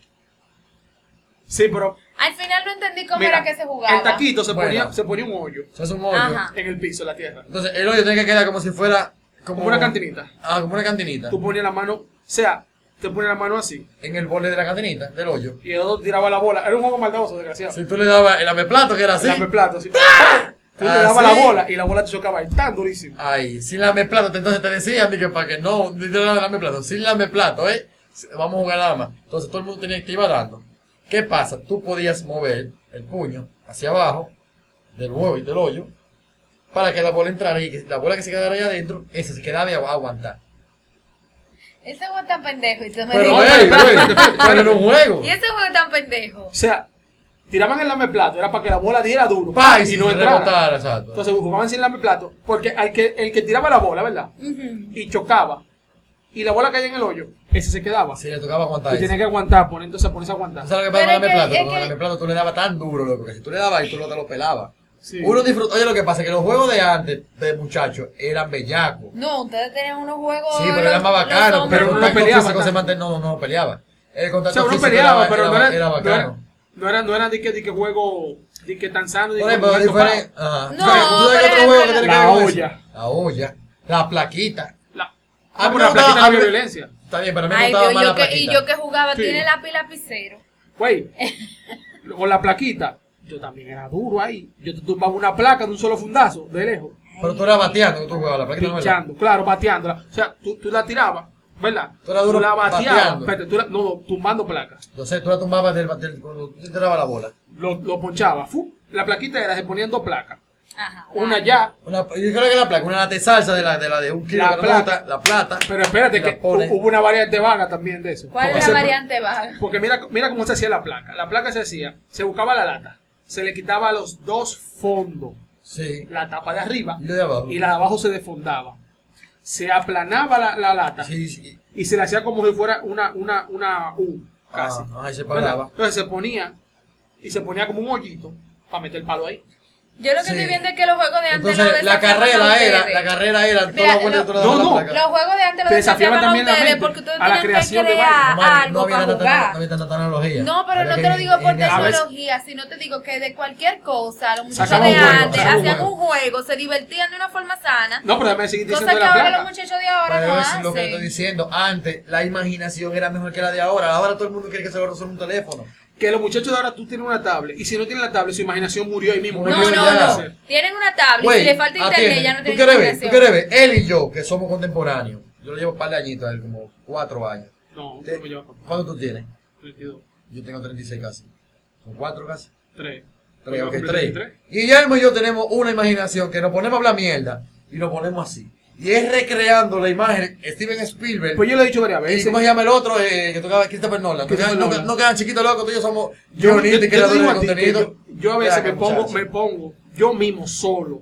S1: Sí, pero.
S3: Al final no entendí cómo
S1: mira,
S3: era que se jugaba.
S1: El taquito se
S2: Bueno.
S1: ponía, se ponía un hoyo
S2: Eso es un hoyo.
S3: Ajá.
S1: en el piso, en la tierra.
S2: Entonces, el hoyo tiene que quedar como si fuera... Como,
S1: Como una cantinita.
S2: Ah, como una cantinita.
S1: Tú ponías la mano, o sea, te ponías la mano así.
S2: En el borde de la cantinita, del hoyo.
S1: Y el otro tiraba la bola. Era un juego maldoso, desgraciado.
S2: Si tú le dabas el ameplato, que era así.
S1: El ameplato, así. ¡Ah! Tú le dabas
S2: Así.
S1: la bola y la bola te chocaba ahí tan durísimo.
S2: Ay, sin lameplato, te- entonces te decían dije, para que no, no te la- lameplato, sin lameplato, ¿eh? Vamos a jugar nada más. Entonces todo el mundo tenía que ir dando. ¿Qué pasa? Tú podías mover el puño hacia abajo del huevo y del hoyo para que la bola entrara y que la bola que se quedara ahí adentro, esa se quedaba y agu- aguantar.
S3: Ese juego tan pendejo. Y, tú me
S2: Pero,
S3: dices-
S2: ey, ey, pero en un juego.
S3: ¿Y ese juego tan pendejo?
S1: O sea, tiraban el lameplato, era para que la bola diera duro.
S2: Pa, y
S1: y
S2: si
S1: no
S2: no
S1: entrara.
S2: rebotara, exacto.
S1: Entonces jugaban sin lameplato, porque al que, el que tiraba la bola, ¿verdad?
S3: Ujú.
S1: Y chocaba. Y la bola caía en el hoyo, ese se quedaba.
S2: si le tocaba aguantar
S1: Tú
S2: eso.
S1: tienes que aguantar, poner, entonces ponerse a aguantar.
S2: ¿Tú sabes lo que pasa
S3: Pero
S2: con el
S3: es que-
S2: plato?
S3: es
S2: Con
S3: que-
S2: el ameplato tú le dabas tan duro, loco, que si tú le dabas y tú no te lo pelabas.
S1: Sí.
S2: Uno disfruta. Oye, lo que pasa es que los juegos de antes, de muchachos, eran bellacos.
S3: No, ustedes tenían unos juegos.
S2: Sí, pero
S3: los-
S2: era más
S3: los
S2: bacano.
S3: hombres-
S2: Pero el
S1: uno no
S2: contacto
S1: peleaba
S2: físico se
S1: tanto.
S2: mantenía. No, no, no peleaba. El
S1: O sea,
S2: contacto
S1: uno
S2: físico
S1: peleaba,
S2: era,
S1: pero
S2: era-
S1: no era,
S2: era
S1: no era,
S2: bacano.
S1: no era, no era de que, de que juego, de que tan sano, de
S2: Por
S1: que
S2: ejemplo,
S1: muerto,
S2: diferente.
S1: pa.
S2: Ajá.
S3: No,
S2: ¿Tú sabes
S3: pero
S2: otro
S3: era
S2: juego que
S3: bacano.
S2: tiene que ver
S1: La
S2: con eso?
S1: olla.
S2: La olla. La plaquita.
S1: La,
S2: A
S1: ah,
S2: mí
S1: pero
S2: me
S1: la plaquita no
S2: gustaba- a mí
S1: había
S2: me-
S1: violencia.
S2: Está bien, pero a mí me
S3: Ay,
S2: gustaba
S3: yo,
S2: más
S3: yo
S2: la
S3: que, y yo
S2: plaquita.
S3: que jugaba,
S1: Sí.
S3: tiene lápiz lapicero.
S1: Güey, con la plaquita, yo también era duro ahí. Yo te tumbaba una placa de un solo fundazo, de lejos,
S2: Pero tú eras bateando que tú jugabas la plaquita, ¿no? ¿verdad?
S1: pinchando, claro, bateándola. O sea, tú, tú la tirabas, ¿verdad?
S2: Tú eras duro
S1: la bateabas,
S2: bateando.
S1: pero tú la- no, tumbando placas.
S2: Yo sé, tú la tumbabas del... del- cuando tú tirabas la bola.
S1: Lo, lo ponchabas, fu, la plaquita era, se ponían dos placas.
S3: Ajá.
S1: Una allá,
S2: Una- yo creo que la placa, una lata de salsa de la de, la de un kilo
S1: La
S2: de plata,
S1: plata.
S2: la plata.
S1: pero espérate
S2: La
S1: que
S2: pone.
S1: hu- hubo una variante vaga también de eso.
S3: ¿Cuál es
S2: Ese-
S3: la variante baja?
S1: Porque mira, mira cómo se hacía la placa. La placa se hacía, se buscaba la lata, se le quitaba los dos fondos,
S2: Sí.
S1: la tapa de arriba
S2: Y la de abajo.
S1: y la de abajo se desfondaba. Se aplanaba la, la lata
S2: Sí, sí.
S1: y se le hacía como si fuera una, una, una U, casi.
S2: Ah, ahí se paraba.
S1: Entonces se ponía y se ponía como un hoyito para meter el palo ahí.
S3: Yo lo que
S2: Sí.
S3: estoy viendo es que los juegos de antes
S2: Entonces,
S3: los
S2: la
S3: desafiaban a
S2: carrera era,
S3: ustedes.
S2: la carrera era toda
S3: Mira,
S2: la vuelta
S3: lo-
S2: y toda la
S1: No, no.
S2: placa.
S3: Los juegos de antes
S1: Te
S3: los
S1: desafiaban
S3: desafiaban a
S1: también la
S3: ustedes
S1: mente,
S3: porque ustedes
S1: a la
S3: tenían que
S1: creación de
S3: crear
S2: Mario,
S3: ah, algo
S2: no había
S3: para
S2: tanta-
S3: jugar.
S2: no había tanta tecnología.
S3: No, pero
S2: Había
S3: no
S2: que
S3: te lo digo por
S2: ingeniar.
S1: A veces-
S3: tecnología, sino te digo que de cualquier cosa, los muchachos
S1: Sacaban
S3: de
S1: un juego,
S3: antes
S2: sacaban un
S3: hacían
S2: juego.
S3: un juego, se divertían de una forma sana.
S1: No, pero déjame seguir
S3: cosa
S1: diciendo de
S3: que
S1: la
S3: ahora los
S1: placa.
S3: muchachos de ahora
S2: Pero
S3: no
S2: es lo que te
S3: hacen.
S2: estoy diciendo. Antes la imaginación era mejor que la de ahora. Ahora todo el mundo quiere que se lo resuelva un teléfono.
S1: Que los muchachos de ahora tú tienes una tablet y si no tienes la tablet, su imaginación murió ahí mismo.
S3: no,
S2: Porque
S1: tiene
S2: eso
S3: no,
S1: nada que
S3: no.
S2: ya-
S1: hacer.
S3: Tienen una tablet,
S2: Güey,
S3: si le falta internet
S2: atiende.
S3: ya no
S2: ¿Tú
S3: tienen
S2: quieres ver? ¿Tú
S3: imaginación.
S2: quieres ver? Él y yo, que somos contemporáneos. Yo le llevo un par de añitos a él, como cuatro años.
S1: No,
S2: Te-
S1: no me lleva para
S2: ¿Cuánto tú tienes?
S1: 32,
S2: Yo tengo 36 casi. Son cuatro casi.
S1: 3.
S2: Tres, ok, tres. Guillermo y yo tenemos una imaginación que nos ponemos a hablar mierda y nos ponemos así. Y es recreando la imagen Steven Spielberg.
S1: Pues yo lo he dicho varias
S2: ¿Y
S1: veces.
S2: ¿Cómo se llama el otro? Eh, que tocaba Christopher Nolan. No
S1: Christopher
S2: quedan, no,
S1: Nolan.
S2: no quedan chiquitos locos, tú y yo somos
S1: Yo, yo- yo
S2: guionistas y
S1: te
S2: creadores
S1: digo
S2: de
S1: a ti que
S2: contenido.
S1: yo, yo a veces
S2: Ya,
S1: me pongo,
S2: muchacho.
S1: me pongo, yo mismo solo.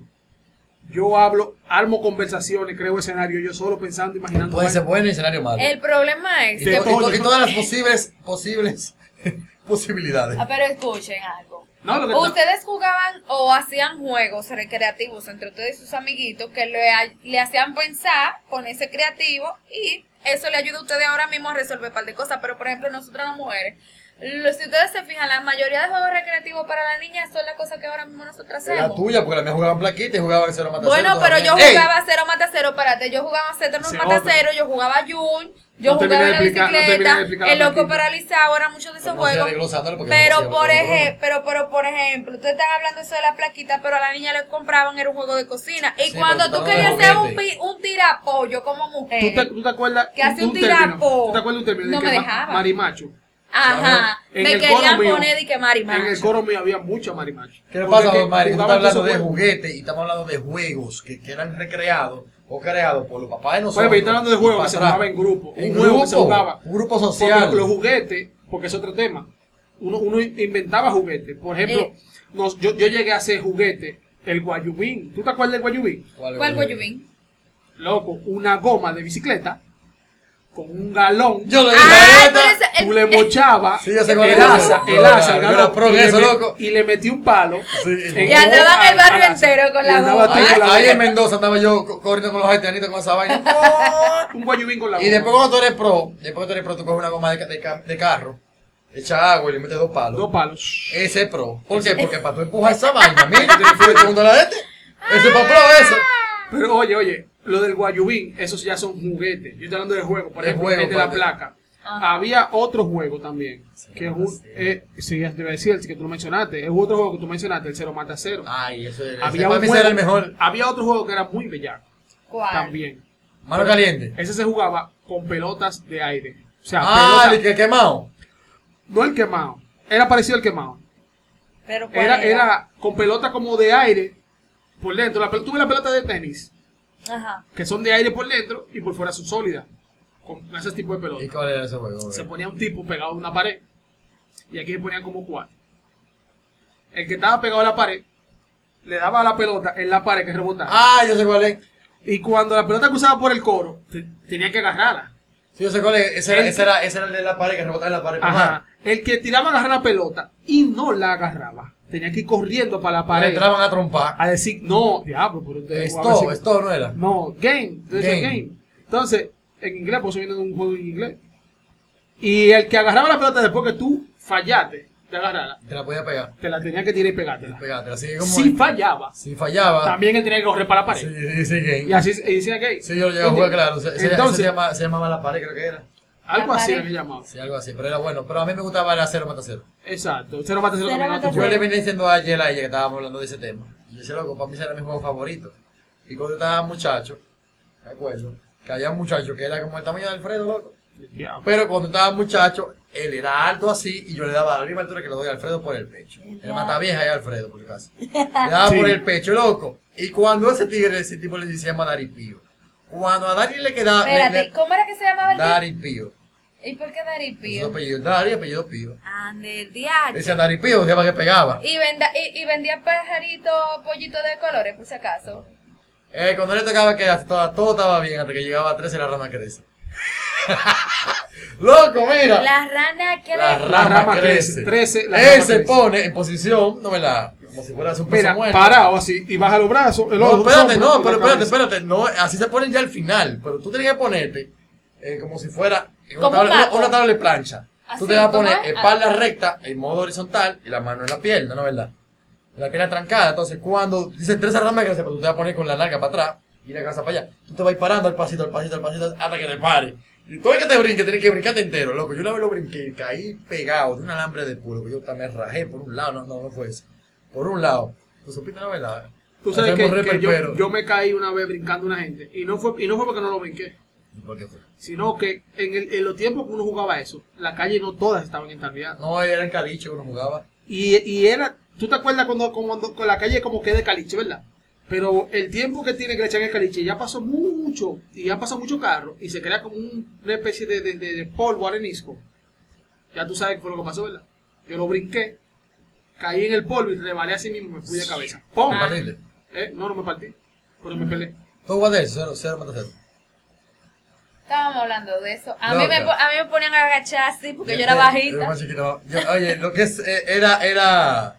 S1: Yo hablo, armo conversaciones, creo escenarios, yo solo pensando, imaginando.
S2: Puede ser
S1: algo.
S2: bueno y escenario malo.
S3: El problema es
S2: y,
S1: de
S3: que... pues,
S2: to- y to-
S1: coño.
S2: y todas las posibles, posibles posibilidades.
S3: Ah, pero escuchen algo.
S1: No, lo que está-
S3: Ustedes jugaban o hacían juegos recreativos entre ustedes y sus amiguitos que le, ha- le hacían pensar, ponerse creativo y eso le ayuda a ustedes ahora mismo a resolver un par de cosas. Pero, por ejemplo, nosotras las mujeres, lo- si ustedes se fijan, la mayoría de juegos recreativos para las niñas son las cosas que ahora mismo nosotras
S2: La
S3: hacemos.
S2: tuya, porque la mía jugaba en plaquita y jugaba en cero mata
S3: Bueno,
S2: cero
S3: pero yo
S2: todavía. ¡Ey!
S3: jugaba cero mata cero, espérate, yo jugaba cero
S1: Ese
S3: mata
S1: otro.
S3: cero, yo jugaba Jun, yo
S1: No terminé
S3: jugaba
S1: de
S3: la
S1: explicar- no terminé de
S3: bicicleta,
S1: explicar la
S3: el loco
S1: partida. Pues
S3: paralizado, era muchos de esos
S2: Pero no sea
S3: juegos.
S2: desglosándolo porque no sea
S3: Pero por
S2: otro programa.
S3: ejemplo, pero, pero por ejemplo, ustedes están hablando eso de la plaquita, pero a la niña le compraban era un juego de cocina y
S2: Sí,
S3: cuando
S2: pero estaba
S3: tú
S2: de
S3: querías hacer un,
S2: juguete.
S3: pi- un tirapollo como
S1: ¿Tú te,
S3: mujer,
S1: tú te acuerdas?
S3: Que hace un
S1: término?
S3: tirapo.
S1: ¿Tú te acuerdas un término? de
S3: No
S1: que
S3: me
S1: ma-
S3: dejaba.
S1: Marimacho.
S3: ajá,
S1: En
S3: me
S1: el coro
S3: querían
S1: mío,
S3: poner y que
S1: En el
S3: marimacho.
S1: coro mío había mucho marimacho.
S2: ¿Qué le
S1: Porque
S2: pasa,
S1: que
S2: don Mario? Tú
S1: jugaban
S2: estás hablando
S1: todos
S2: de
S1: esos juegos.
S2: juguetes y estamos hablando de juegos que, que eran recreados o creados por los papás de nosotros.
S1: Oye, pero yo estoy hablando de
S2: y
S1: juegos
S2: para
S1: que se
S2: atrás.
S1: jugaba en grupo.
S2: En
S1: un juego que se
S2: grupo,
S1: jugaba.
S2: Un grupo
S1: Porque
S2: social.
S1: los juguetes, porque es otro tema. Uno, uno inventaba juguetes. Por ejemplo,
S3: Eh.
S1: nos- yo, yo llegué a hacer juguete, el guayubín. ¿Tú te acuerdas del guayubín?
S3: ¿Cuál fue Yubin?
S1: Loco, una goma de bicicleta con un galón.
S2: Yo lo dije.
S3: Ah,
S2: la neta.
S3: pero ese-
S1: Tú le mochabas
S2: Sí, yo sé
S1: el
S2: cuál es.
S1: asa,
S2: Yo
S1: el
S2: era-
S1: asa, el
S2: yo
S1: galón,
S2: era pro en
S1: y, le
S2: eso,
S1: met-
S2: loco.
S1: y le metí un palo.
S2: Sí.
S1: en
S3: Y andaba
S1: gol
S3: en el barrio
S1: al asa.
S3: entero con
S1: Y
S3: la
S1: andaba
S3: goma.
S1: tú
S2: Ahí,
S1: con la
S2: ahí en
S1: goma.
S2: Mendoza andaba yo co- corriendo con los haitianitos con esa vaina.
S1: Un guayubín con la
S2: y
S1: goma.
S2: después cuando tú eres pro, después que tú eres pro, tú coges una goma de, ca- de ca- de carro, echa agua y le metes dos palos.
S1: Dos palos.
S2: Ese es pro. ¿Por qué? Porque para tú empujar esa vaina, mira, tú tienes que mundo a la de este. Eso es para pro, eso.
S1: Pero oye, oye, lo del guayubín, esos ya son juguetes. Yo estoy hablando de juego, por
S2: De
S1: ejemplo,
S2: juego,
S1: el de la
S2: padre.
S1: placa.
S3: Ajá.
S1: Había otro juego también.
S2: Cero
S1: Que es
S2: mata
S1: un-
S2: cero.
S1: eh, sí, ya te iba a decir, el que tú lo mencionaste. Es otro juego que tú mencionaste, el cero mata cero.
S2: Ay, eso es.
S1: había,
S2: para
S1: un
S2: mí Ah, ese
S1: juego,
S2: era el mejor.
S1: había otro juego que era muy bellaco
S3: ¿Cuál?
S1: también.
S2: Mano caliente.
S1: Ese se jugaba con pelotas de aire. O sea,
S2: Ah,
S1: pelota-
S2: el que quemado.
S1: no el quemado. Era parecido al quemado.
S3: Pero ¿cuál
S1: Era, era con pelota como de aire por dentro. La, pel- tú ves la pelota de tenis,
S3: Ajá.
S1: que son de aire por dentro y por fuera son sólidas. Con ese tipo de pelota.
S2: ¿Y cuál era ese juego? bro?
S1: se ponía un tipo pegado a una pared y aquí se ponían como cuatro. El que estaba pegado a la pared le daba la pelota en la pared que rebotaba.
S2: Ah, yo sé cuál es.
S1: Y cuando la pelota cruzaba por el coro, te- tenía que agarrarla.
S2: Sí, yo sé cuál es. Ese era,
S1: El-
S2: ese era, ese era el de la pared que rebotaba en la pared.
S1: Ajá. El que tiraba a agarrar la pelota y no la agarraba. Tenía que ir corriendo para la
S2: Para
S1: pared Ah,
S2: entraban a trompar.
S1: a decir, no, diablo, pero ustedes jugaban
S2: Esto,
S1: así".
S2: esto no era.
S1: No, game, de ese
S2: Game.
S1: game. Entonces, en inglés, pues viene de un juego en inglés. Y el que agarraba la pelota después que tú fallaste de agarrarla,
S2: Te la podía pegar.
S1: te la tenía que tirar y pegártela.
S2: Pegártela. Así que como.
S1: Si fallaba,
S2: si fallaba.
S1: también él tenía que correr para la
S2: Sí,
S1: pared.
S2: sí, sí, game.
S1: Y así se- y decía que.
S2: Sí, yo lo llegué a jugar, claro. Se, se-
S1: Entonces-
S2: se llama- se llamaba la pared, creo que era.
S1: Algo
S3: La
S1: así
S3: pared.
S1: era que llamaba.
S2: Sí, algo así. Pero era bueno. Pero a mí me gustaba el acero mata cero.
S1: Exacto. Cero mata cero
S3: Cero
S1: también era
S3: mata
S1: otro
S2: Yo le
S1: juego.
S2: vine diciendo a Yela a ella que estábamos hablando de ese tema. Y yo decía, loco, para mí ese era mi juego favorito. Y cuando estaba muchacho, me acuerdo, que había un muchacho que era como el tamaño de Alfredo, loco.
S1: Ya.
S2: Pero cuando estaba muchacho, él era alto así y yo le daba la misma altura que le doy a Alfredo por el pecho. Él mata vieja y Alfredo, por caso. Le daba
S1: Sí.
S2: por el pecho, loco. Y cuando ese tigre, ese tipo le decía a Dari Pío. Cuando a Dari le
S1: Ah,
S2: quedaba. le-
S3: Espérate,
S2: le-
S3: ¿cómo era que se llamaba el tipo?
S2: Dari Pío.
S3: ¿Y por qué Dari
S2: Su
S3: Pío?
S2: apellido es Dari, apellido Pío.
S3: Ande,
S2: Le
S3: diacho.
S2: decía Dari Pío, decía que pegaba.
S3: Y, venda- y, y vendía pajaritos, pollitos de colores, por si acaso.
S2: Eh, cuando le tocaba que todo, todo estaba bien hasta que llegaba a 13 la rama crece. loco, mira.
S3: La rana que
S2: La
S3: le-
S2: rama,
S1: rama crece.
S2: crece.
S1: Trece, la
S2: Él
S1: rama
S2: se
S1: crece.
S2: pone en posición, no me la. Como si fuera un peso
S1: Mira,
S2: muerto.
S1: parado así y baja los brazos. El
S2: No,
S1: hombro,
S2: espérate,
S1: hombro,
S2: no, pero
S1: la
S2: espérate,
S1: cabeza.
S2: espérate. No, así se ponen ya al final. Pero tú tienes que ponerte eh, como si fuera en una
S3: Como un
S2: tabla, una-
S3: maco.
S2: una tabla de plancha. tú
S3: Así,
S2: te vas a
S3: ¿cómo
S2: poner
S3: es?
S2: espalda
S3: Ah.
S2: recta en modo horizontal y la mano en la pierna, ¿no es verdad? La pierna trancada. Entonces, cuando dicen tres ramas, pero tú te vas a poner con la larga para atrás y la cabeza para allá. Tú te vas a ir parando al pasito, al pasito, al pasito, hasta que te pare. Y todo el que te brinque, tienes que brincarte entero, loco. Yo una vez lo brinqué, caí pegado de un alambre de puro, que yo también rajé por un lado, no, no, no fue eso. Por un lado. Tú supiste la verdad.
S1: Tú sabes que,
S2: Hacemos re
S1: que yo,
S2: perpero.
S1: yo me caí una vez brincando una gente y no fue, y no fue porque no lo brinqué,
S2: ¿Por qué fue?
S1: sino que en, el- en los tiempos que uno jugaba eso, la calle no todas estaban entalviadas.
S2: No, era en caliche que uno jugaba.
S3: Ah.
S1: Y, y era, tú te acuerdas cuando, cuando con la calle como que de caliche, ¿verdad? Pero el tiempo que tiene que le echan el caliche ya pasó mucho, y ya pasó mucho carro, y se crea como un- una especie de, de, de- de polvo arenisco. Ya tú sabes qué fue lo que pasó, ¿verdad? Yo lo brinqué, caí en el polvo y rebalé así mismo, me fui de cabeza. ¡Pum!
S2: Ah. ¿Partiste?
S1: Eh, No, no me partí, pero me peleé.
S2: ¿Tú jugaste eso? Cero, cero, mata cero.
S3: Estábamos hablando de eso. A mí, me,
S2: Loca.
S3: po- a mí me ponían a agachar así porque yo era
S1: Este,
S2: este, Yo era
S3: bajita.
S2: más chiquito. Yo- oye, lo que es, eh, era, era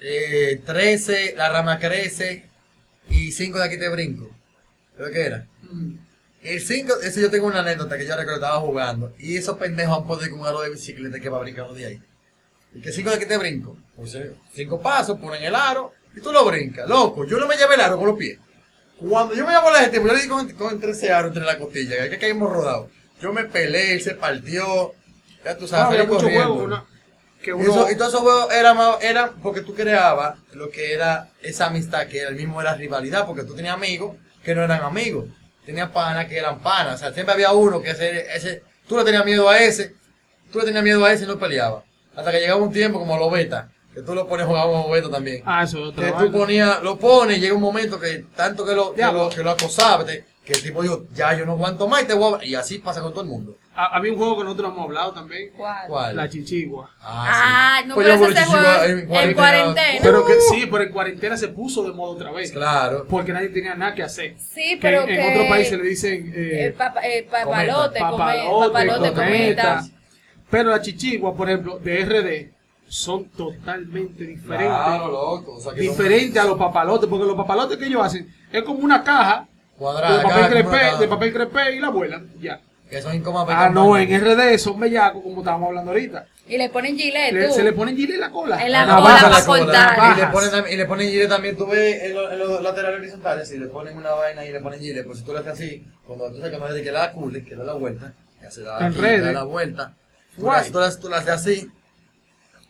S2: eh, 13, la rama crece y 5 de aquí te brinco. Creo que era.
S1: Mm.
S2: El 5, eso yo tengo una anécdota que yo recuerdo estaba jugando y esos pendejos han podido con un aro de bicicleta que va brincando de ahí. Y que 5 de aquí te brinco. Pues 5 pasos, ponen el aro y tú lo brincas. Loco, yo no me llevé el aro con los pies. Cuando yo me llamo a la gente, pues yo le di con, con 13 aros entre la costilla, que, que caímos rodados. Yo me peleé, él se partió. Ya
S1: Claro,
S2: tú sabes,
S1: Ah, había
S2: salí
S1: muchos
S2: corriendo.
S1: juegos, una- que uno...
S2: Eso, y todos esos juegos eran era porque tú creabas lo que era esa amistad, que era el mismo era rivalidad, porque tú tenías amigos que no eran amigos, tenías panas que eran panas, o sea, siempre había uno que ese, ese tú le tenías miedo a ese, tú le tenías miedo a ese y no peleabas. Hasta que llegaba un tiempo como los beta, que tú lo pones jugando como beta también.
S1: Ah, eso es otra
S2: que tú
S1: vaina.
S2: ponías, lo pones y llega un momento que tanto que lo, que
S1: Ya.
S2: lo, que lo acosabas, te- que el tipo dijo, ya yo no aguanto más y te voy a... Y así pasa con todo el mundo.
S1: Ha- Ah, Había un juego que nosotros hemos hablado también,
S3: ¿Cuál?
S2: ¿Cuál?
S1: la chichigua.
S3: Ah, no,
S2: Pues
S3: pero
S2: yo
S3: eso se
S2: voy a
S3: juega
S2: chichigua
S3: en cuarentena.
S1: Pero que sí, pero en cuarentena se puso de moda otra vez.
S2: Claro.
S1: Porque nadie tenía nada que hacer.
S3: Sí,
S1: Que
S3: pero
S1: en,
S3: que...
S1: en otro país se le dicen eh,
S3: eh, papa- eh, papalote, come-
S1: papalote,
S3: papalote,
S1: cometa.
S3: cometa.
S1: Pero las chichiguas, por ejemplo, de RD, son totalmente diferentes.
S2: Claro, loco. O sea, que son
S1: diferente a los papalotes, porque los papalotes que ellos hacen es como una caja
S2: Cuadrada,
S1: de, papel
S2: caja como
S1: crepé,
S2: una caja.
S1: de papel crepé y la vuelan. Ya.
S2: Que son incómodos.
S1: Ah, no, en RD son bellacos, como estábamos hablando ahorita.
S3: Y le ponen gilet,
S1: Le-
S3: tú.
S1: se le ponen gilet en la cola. Ah,
S3: En la
S1: Navaja
S3: cola
S1: en
S3: pa' cortar.
S1: navajas.
S2: Y le ponen, tam- y le ponen gile también, tú ves en los, en los laterales horizontales, si le ponen una vaina y le ponen gile, pues si tú le haces así, cuando tú sacas de que la cule, que da la vuelta, que hace la,
S1: En
S2: aquí,
S1: redes.
S2: da la vuelta, tú la,
S1: Guay.
S2: haces- tú, la, tú la haces así,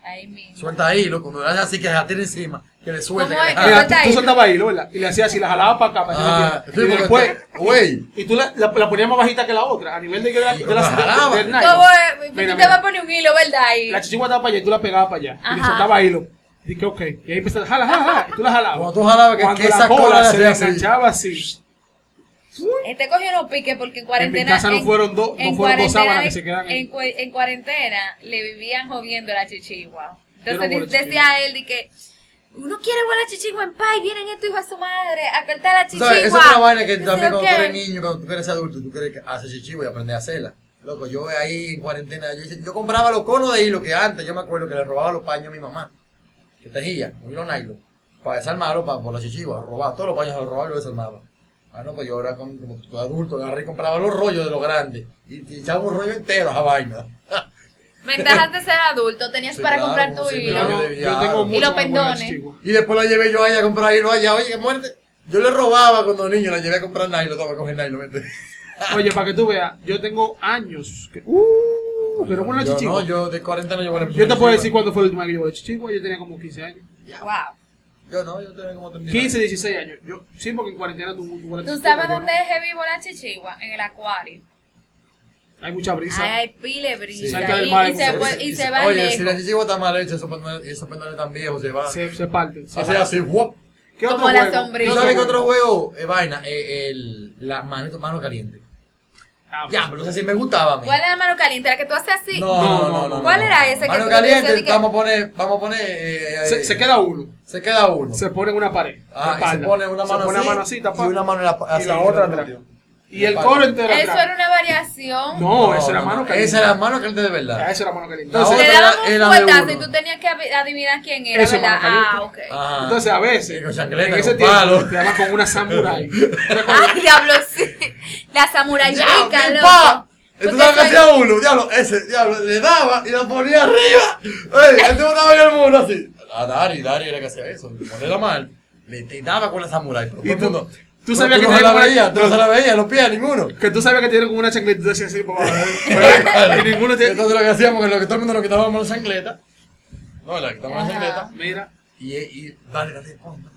S3: Ahí mismo.
S2: suelta ahí, loco, cuando la haces así, que la tira encima, que le suelta.
S3: ¿Cómo
S2: que
S3: es?
S2: le-
S3: ¿Qué
S1: Mira,
S2: Ah,
S1: tú,
S3: Corta
S1: tú
S3: ahí.
S1: soltabas ahí, ¿verdad? Y le hacías así, la jalabas para acá, para que no
S2: ah, sí,
S1: entienda. Y
S2: porque
S1: después,
S2: este- güey,
S1: y tú la, la, la ponías más bajita que la otra, a nivel de que la,
S2: Y
S1: de la-
S2: la jalaba.
S1: del nylon.
S3: ¿Cómo es?
S1: Mira,
S3: eh, Tú te
S1: mira.
S3: vas a poner un hilo, ¿verdad? Ahí.
S1: La chichigua estaba para allá y tú la pegabas para allá. Y le
S3: Ajá.
S1: soltabas hilo. Y dije, ok. Y ahí empezaste, jala, jala, jala. Y tú la jalabas.
S2: Cuando tú jalabas, que-
S1: Cuando
S2: que
S1: la
S2: esa
S1: cola
S2: cola
S1: se
S2: hacía
S1: le
S2: así.
S1: enganchaba así.
S3: Este cogió los piques porque en
S1: En mi
S3: cuarentena.
S1: casa no fueron dos- no
S3: en
S1: fueron dos
S3: cuarentena
S1: sábanas que
S3: le-
S1: se quedan ahí.
S3: En, cua- en cuarentena le vivían jodiendo la
S1: Yo
S3: chichigua.
S1: no
S3: Entonces
S1: huelo
S3: de-
S1: chichigua.
S3: decía él de que uno quiere volar chichigua en paz y vienen estos hijos a su madre a cortar la
S2: tú
S3: chichigua.
S2: sabes, eso es una vaina que
S3: No sé
S2: también cuando
S3: qué.
S2: tú eres niño, cuando tú eres adulto, tú crees que haces chichivo y aprendes a hacerla. Loco, yo ahí en cuarentena, yo, hice- yo compraba los conos de hilo que antes, yo me acuerdo que le robaba los paños a mi mamá, que tejía, un hilo nylon, para desarmarlo, para por la chichiva, robaba todos los paños, los robaba y los desarmaba. Ah, no, pues yo ahora con- como todo adulto, agarré y compraba los rollos de los grandes, y, y echaba un rollo entero a esa vaina.
S3: Ventajas de ser adulto, tenías
S2: Sí,
S3: para
S2: claro,
S3: comprar tu
S2: como siempre,
S1: Yo,
S3: hilo.
S1: no- yo tengo
S2: Y
S1: mucho amor
S3: los
S1: a la
S3: pendones.
S1: chichigua.
S2: Y después la llevé yo a ella a comprar hilo allá, oye, que muerte. Yo le robaba cuando niño, la llevé a comprar nylon, estaba a coger nylon, ¿viste?
S1: Oye, para que tú veas, yo tengo años. Que, uh, pero con la
S2: Yo
S1: chichigua.
S2: No,
S1: yo,
S2: yo de 40 no llevo la
S1: te puedo decir cuándo fue la última vez que yo volé chichigua. Yo tenía como 15 años.
S3: Wow.
S2: Yo no, yo tenía como 30.
S1: 15, 16 años. Yo, sí, porque en cuarentena tuve mucho
S3: ¿Tú sabes dónde es vivo la chichigua? En el acuario.
S1: Hay mucha brisa.
S3: Ay, hay pile brisa.
S2: Sí.
S1: Cerca del
S3: Y-
S1: mar hay
S3: y, se,
S1: mucha
S3: puede-
S1: brisa.
S3: y se va
S2: Oye, si la
S3: lejos.
S2: chichivo está mal hecha, esos pantalones, y esos pantalones tan viejos se va.
S1: se, se parte. se
S2: Hace
S1: parte.
S2: así, ¡guap!
S1: ¿Qué
S3: Como
S1: otro
S3: la
S1: juego?
S3: sombrilla.
S2: ¿Tú
S1: ¿Qué
S2: sabes qué
S1: juego?
S2: otro juego? Eh, vaina, eh, el, la mano, mano caliente.
S1: Ah, pues,
S2: Ya, pero no sé si me gustaba a mí.
S3: ¿Cuál era la mano caliente? La que tú haces así.
S1: No, no, no,
S3: ¿Cuál era ese que
S2: Mano
S3: tú
S2: caliente,
S3: decías de que-
S2: vamos a poner, vamos a poner, eh, eh,
S1: se, se queda uno.
S2: se queda uno.
S1: Se pone en una pared. de
S2: Ah, y se
S1: espalda.
S2: pone una mano
S1: se pone
S2: así,
S1: una mano así tapa.
S2: y una mano en la pa-
S1: y
S2: así,
S1: la
S2: en el
S1: otra
S2: glúteo.
S1: atrás. Y el
S2: Espalda.
S1: coro entero
S3: Eso
S1: atrás.
S3: era una variación.
S1: No, esa era mano caliente.
S2: Esa era mano caliente de
S1: Ah,
S2: verdad.
S1: esa era mano caliente.
S2: La
S1: Entonces,
S3: Te
S2: otra
S3: daban
S2: era
S3: un
S2: de
S3: puertazo
S2: uno.
S3: y tú tenías que adi- adivinar quién era,
S1: Eso,
S3: ¿verdad?
S1: mano
S3: Ah, ok.
S1: caliente.
S2: Ajá.
S1: entonces a veces,
S2: Y con chancleta,
S1: en ese
S2: con
S1: tiempo,
S2: palo.
S1: te daban con una samurai. Entonces, cuando-
S3: Ay, Ah, diablo, sí. La samurai
S2: Ya,
S3: chica,
S2: mi
S3: loco.
S2: pa.
S3: Porque
S2: Entonces
S3: soy-
S2: hacía uno, diablo, ese, diablo, le daba y lo ponía arriba. Ey, el tipo estaba en el muro así. A Dari, Dari era que hacía eso, ponerla mal. Le te daba con la samurai, pero
S1: ¿Y
S2: todo el
S1: tú-
S2: mundo.
S1: tú sabías
S2: no
S1: que
S2: se la
S1: tenía-
S2: veía, tú no se la veía, no pía ninguno.
S1: que tú sabías que tienen como una chancleta y tú decías así, papá.
S2: Vale.
S1: y ninguno tiene.
S2: Entonces lo que hacíamos, que lo que todo el mundo nos quitábamos la chancleta. No, la quitábamos la
S3: Ajá.
S2: chancleta.
S1: Mira,
S2: Y, y dale, dale, ponga.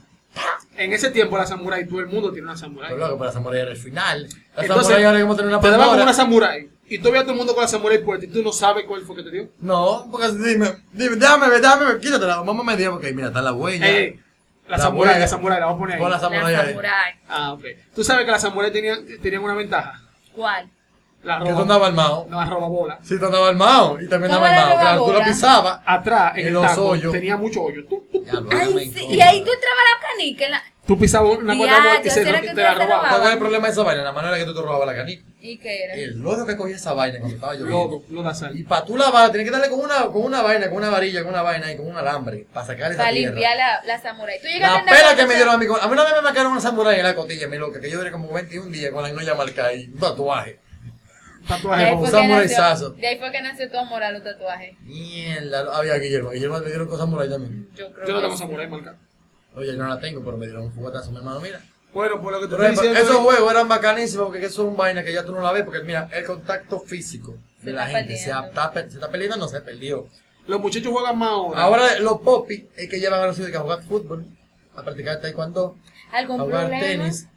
S1: en ese tiempo la samurai, todo el mundo tiene una samurai.
S2: Pero loco, para la samurai era el final. La
S1: Entonces,
S2: samurai ahora que vamos a tener una
S1: Te daban como
S2: Pandora.
S1: una samurai. Y todavía todo el mundo con la samurai puesta y tú no sabes cuál fue que te dio.
S2: No, porque así, dime, dime, déjame ver, déjame ver, quítatela, vamos a medir, porque mira, está la huella.
S1: Ey, ey, Eh, la,
S2: La
S1: samurai,
S2: buena.
S1: la samurai, la vamos a
S2: Pon
S1: poner
S2: la
S1: ahí.
S2: samurai
S3: La
S2: ahí.
S3: samurai.
S1: Ah, ok. Tú sabes que las samurai tenían, tenían una ventaja.
S3: ¿Cuál?
S1: La
S2: Que tú
S1: roba,
S2: andabas armado.
S1: la robabola.
S2: Sí, tú andabas armado, y también
S3: ¿Cómo
S2: andabas
S3: era
S2: armado. Claro, tú la
S3: robadora?
S2: pisabas.
S1: Atrás, en
S2: Y
S1: el
S2: los
S1: taco,
S2: hoyos.
S1: tenía muchos hoyos. Tú, tú, tú.
S3: Ay, sí. Y ahí tú entrabas a la canica. en la-
S1: Tú pisabas una
S3: Ya,
S1: cuerda y
S3: yo
S1: se,
S3: sé lo
S1: te,
S3: que tú
S1: la
S3: te
S1: robaba.
S3: robabas.
S2: ¿Cuál es el problema de esa vaina? La manera que tú te robabas la canica.
S3: ¿Y qué era?
S2: El lodo que cogía esa vaina cuando estaba lloviendo.
S1: Lodo, lo da sal.
S2: Y para tú lavar, tienes que darle con una, con una vaina, con una varilla, con una vaina y con un alambre para sacar esa
S3: Para
S2: tierra.
S3: limpiar la, la samurai. ¿Tú llegaste a
S2: La
S3: andar
S2: pela
S3: con
S2: que
S3: esa-
S2: me dieron a mí. con- A mí una vez me marcaron una samurai en la cotilla, mi loca, que yo duré como 21 días con la noya marcada y un tatuaje.
S3: De
S1: Tatuaje
S3: ahí
S1: rojo.
S3: fue que
S2: samuraizazo.
S3: nació- De ahí fue que nació tu amor a los tatuajes.
S2: Mierda, no había Guillermo. Guillermo le dieron cosas samurai también.
S3: Yo creo
S1: Yo no
S3: que
S1: tengo
S3: sí.
S1: samurai marcado.
S2: Oye, yo no la tengo, pero me dieron un juguetazo, mi hermano, mira.
S1: Bueno, por lo que te
S2: Pero
S1: estoy
S2: esos
S1: diciendo. es-
S2: juegos eran bacanísimos porque eso es un vaina que ya tú no la ves, porque mira, el contacto físico de
S3: Se
S2: la
S3: está
S2: gente se
S3: perdiendo.
S2: está, pe- se está perdiendo, no se perdió.
S1: Los muchachos juegan más ahora.
S2: Ahora los popis es que llevan a los hijos a jugar fútbol, a practicar taekwondo, a
S3: ¿Algún
S2: jugar
S3: problema?
S2: tenis.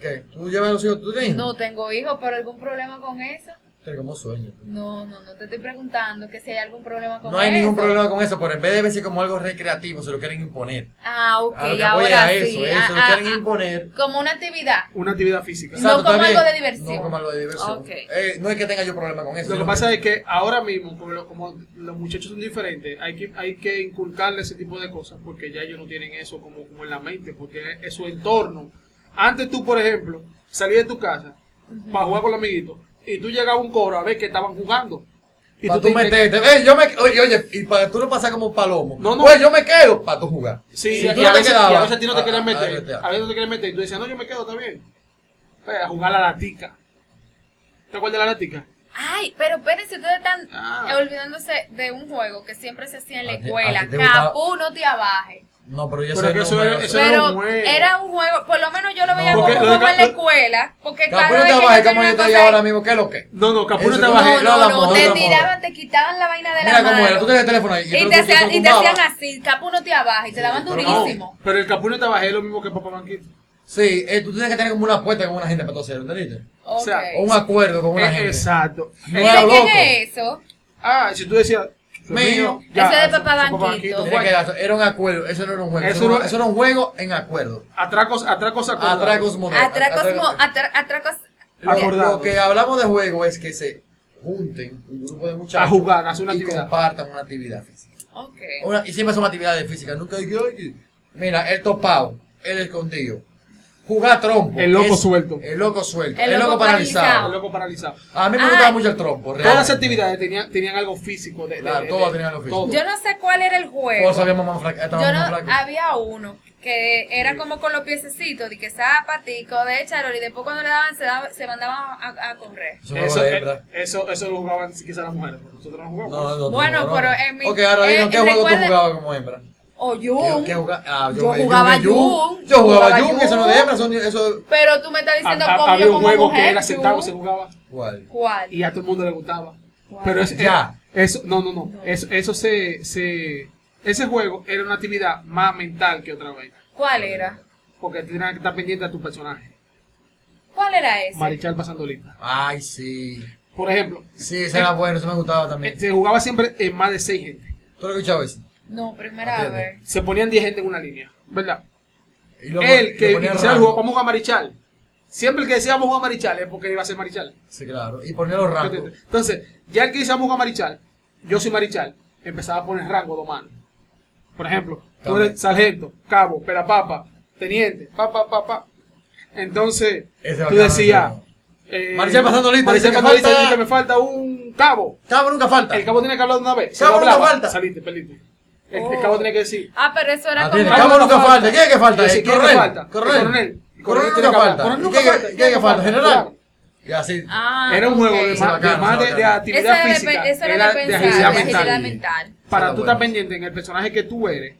S2: ¿Qué? ¿Tú llevas a los hijos? ¿Tú tienes?
S3: No tengo hijos, pero algún problema con eso.
S2: Pero como sueño.
S3: No, no, no te estoy preguntando que si hay algún problema con
S2: No hay
S3: eso.
S2: ningún problema con eso, pero en vez de verse como algo recreativo, se lo quieren imponer.
S3: Ah, ok,
S2: A lo que voy
S3: ahora
S2: a
S3: sí.
S2: eso, eso,
S3: Ah,
S2: lo
S3: ah,
S2: quieren
S3: ah.
S2: imponer.
S3: Como una actividad.
S1: Una actividad física.
S3: No como
S2: está bien.
S3: algo de diversión.
S2: No como algo de diversión.
S3: Ok.
S2: Eh, no es que tenga yo problema con eso.
S1: Lo que
S2: sino
S1: pasa es que ahora mismo, como, lo- como los muchachos son diferentes, hay que, hay que inculcarle ese tipo de cosas porque ya ellos no tienen eso como, como en la mente, porque es su entorno. Antes tú, por ejemplo, salías de tu casa para jugar con los amiguitos y tú llegabas a un coro a ver que estaban jugando. Y
S2: para
S1: tú
S2: tú,
S1: te-
S2: meterte, "Ey, yo me, oye, oye, y para tú no pasar como un palomo.
S1: No, no.
S2: Oye, yo me quedo para tú jugar.
S1: Sí,
S2: Si
S1: y,
S2: tú no
S1: a
S2: te
S1: veces,
S2: quedabas,
S1: y a veces a ti no te querían
S2: ah, ah,
S1: meter.
S2: te-
S1: A veces no te querían meter. Y tú decías, no, yo me quedo también. A jugar a la latica. ¿Te acuerdas de la latica?
S3: Ay, pero espérense, ustedes están eh,
S1: Ah.
S3: olvidándose de un juego que siempre se hacía en la
S2: A ti- a
S3: escuela.
S2: ti te gustaba-
S3: Capú, no te abajes.
S2: No, pero yo
S1: Pero
S2: soy
S1: que
S2: un
S1: eso
S2: número,
S1: es- eso
S2: soy-
S1: era un
S3: Pero
S1: juego.
S3: era un juego, por lo menos yo lo veía
S2: No,
S3: como un
S2: porque lo de
S3: juego en la
S1: Capú-
S3: escuela. Porque cada
S2: Capullo
S3: vez
S2: te
S3: que
S2: abajo,
S3: yo tenía
S2: como yo
S3: una
S2: te
S3: cosa
S2: digo ahora mismo, ¿qué es lo que?
S1: No, no, Capuno
S2: Eso
S1: te
S2: no,
S1: bajé.
S3: No,
S2: Era
S3: no,
S2: la
S3: no,
S2: moda,
S3: te
S2: la moda.
S3: tiraban, te quitaban la vaina de la
S2: Mira
S3: mano.
S2: cómo era, tú tenías el teléfono ahí.
S3: y,
S2: tú
S3: te
S2: lo- tú
S3: hacían,
S2: lo
S3: y te
S2: tumbabas.
S3: hacían así, capú no te abaja y te daban
S2: pero
S1: No,
S3: durísimo.
S1: pero el Capuno te bajé es lo mismo que Papá Banquito.
S2: Sí, eh, tú tienes que tener como una apuesta con una gente para todo hacer, ¿entendiste?
S1: o sea,
S3: Ok.
S2: O un acuerdo con una
S1: Eh,
S2: gente.
S1: Exacto.
S2: No
S1: Eh,
S3: ¿Y de
S2: era
S3: quién
S2: loco.
S3: es eso?
S1: Ah, si tú decías. "Eso es
S2: Mío.
S3: Eso es de Papá
S1: eso es
S3: Banquito.
S1: Banquito,
S2: Tenía que
S1: guay.
S2: dar- era un acuerdo, eso no era un juego.
S1: Eso
S2: Eso,
S1: no-
S2: era, eso era un juego en acuerdo.
S1: Atracos, atracos acordados.
S2: Atracos modernos.
S3: Atracos, mo- atra- atracos.
S2: Lo-
S1: Acordado.
S2: Lo que hablamos de juego es que se junten un grupo de muchachos
S1: A jugar, a hacer una
S2: y
S1: actividad.
S2: compartan una actividad física.
S3: Ok.
S2: Una- y siempre son actividades físicas. Nunca hay que, "Ay, mira, el topado, el escondido, jugar trompo.
S1: El loco suelto.
S2: El loco suelto.
S3: El
S2: El,
S3: loco
S2: loco
S1: El
S2: paralizado.
S3: paralizado. Ah.
S1: loco paralizado.
S2: A mí me
S3: Ay.
S2: gustaba mucho el trompo.
S1: Todas las
S2: realmente.
S1: actividades tenían, tenían algo físico. De, de-
S2: Claro,
S1: de-
S2: todas
S1: de-
S2: tenían algo físico.
S1: todo.
S3: Yo no sé cuál era el juego.
S1: Pues,
S2: Todos sabíamos más flaca-
S3: Yo
S2: estábamos más
S3: no, ah,
S2: flacos.
S3: había uno que era como con los piececitos, de que zapatico, de charol, y después cuando le daban se, daba- se mandaban a, a correr.
S2: Eso fue
S1: Eso,
S2: de
S1: eh,
S2: hembra.
S1: eso, eso lo jugaban quizás las mujeres, pero nosotros no jugamos.
S2: No, no, no,
S3: Bueno,
S2: no, no.
S3: pero en mi-
S2: Ok, ahora
S3: eh,
S2: dinos, ¿qué juego tú
S3: recuerda-
S2: jugabas como hembra?
S3: O
S2: Yo,
S3: yun.
S2: ¿qué jugaba? Ah,
S3: Yo
S2: jugué-
S3: jugaba
S2: jugué Yum.
S3: Yum.
S2: Yo jugaba
S3: Jugaba
S2: Yum, que eso no es de
S3: Yum.
S2: hembra, eso, eso
S3: Pero tú me estás diciendo
S1: Ha- ha-
S3: cómo
S1: había
S3: yo
S1: un
S3: como
S1: juego
S3: mujer.
S1: que era sentado,
S3: yun.
S1: se jugaba
S2: ¿Cuál?
S3: ¿Cuál?
S1: y a todo el mundo le gustaba.
S3: Wow.
S1: Pero es,
S2: Ya.
S1: Eso, no, no, no. Eso, eso se, se. Ese juego era una actividad más mental que otra vez.
S3: ¿Cuál era?
S1: Porque tenías que estar pendiente a tu personaje.
S3: ¿Cuál era ese?
S1: Marichal pasando lista.
S2: Ay, sí.
S1: Por ejemplo, eh,
S2: Sí, ese era bueno, eso me gustaba también.
S1: se jugaba siempre en más de seis gente.
S2: ¿Tú lo escuchabas? ese?
S3: No, primera
S2: Atiende.
S3: vez.
S1: Se ponían 10 gente en una línea, ¿verdad?
S2: Y lo-
S1: el
S2: lo
S1: que
S2: ponía
S1: iniciaba el
S2: raro.
S1: juego, vamos a jugar Marichal. Siempre el que decía vamos a jugar Marichal es porque iba a ser Marichal.
S2: Sí, claro. Y ponía los rangos.
S1: Entonces, ya el que dice vamos a jugar Marichal, yo soy Marichal, empezaba a poner rango dos manos. Por ejemplo, tú
S2: Cambio.
S1: eres sargento, cabo, perapapa, teniente, pa, pa, pa, pa. Entonces,
S2: Ese
S1: tú
S2: bacano,
S1: decías...
S2: ese
S1: eh,
S2: Marichal pasando lista,
S1: Marichal
S2: dice que
S1: pasando lista,
S2: falta-
S1: dice que me falta un cabo.
S2: Cabo nunca falta.
S1: El cabo tiene que hablar de una vez.
S2: Cabo,
S1: no hablaba,
S2: no falta.
S1: Saliste, perdiste. El,
S3: Oh.
S1: el cabo tiene que decir.
S3: Ah, pero eso era
S2: Atiende.
S3: como.
S2: Cabo nunca falta. ¿Quién es que falta?
S1: Y decir,
S2: El
S1: ¿quién es que
S2: coronel.
S1: falta? El
S2: Coronel.
S1: coronel. El tiene
S2: Coronel nunca
S1: que hablar.
S2: falta.
S1: Coronel
S2: ¿Y
S1: nunca
S2: qué-
S1: falta,
S2: qué- qué que
S1: Claro.
S2: falta? General. Y así.
S3: Ah,
S1: Era un juego
S3: ok.
S1: de más, de,
S2: Bacano,
S1: más de- de
S2: bacano.
S1: actividad
S3: Esa era de
S1: física.
S3: pe- eso era
S1: era
S3: de
S1: de
S3: pensar,
S1: agilidad
S3: de agilidad
S1: mental.
S3: mental.
S1: Para tú
S2: Bueno.
S1: estar pendiente en el personaje que tú eres.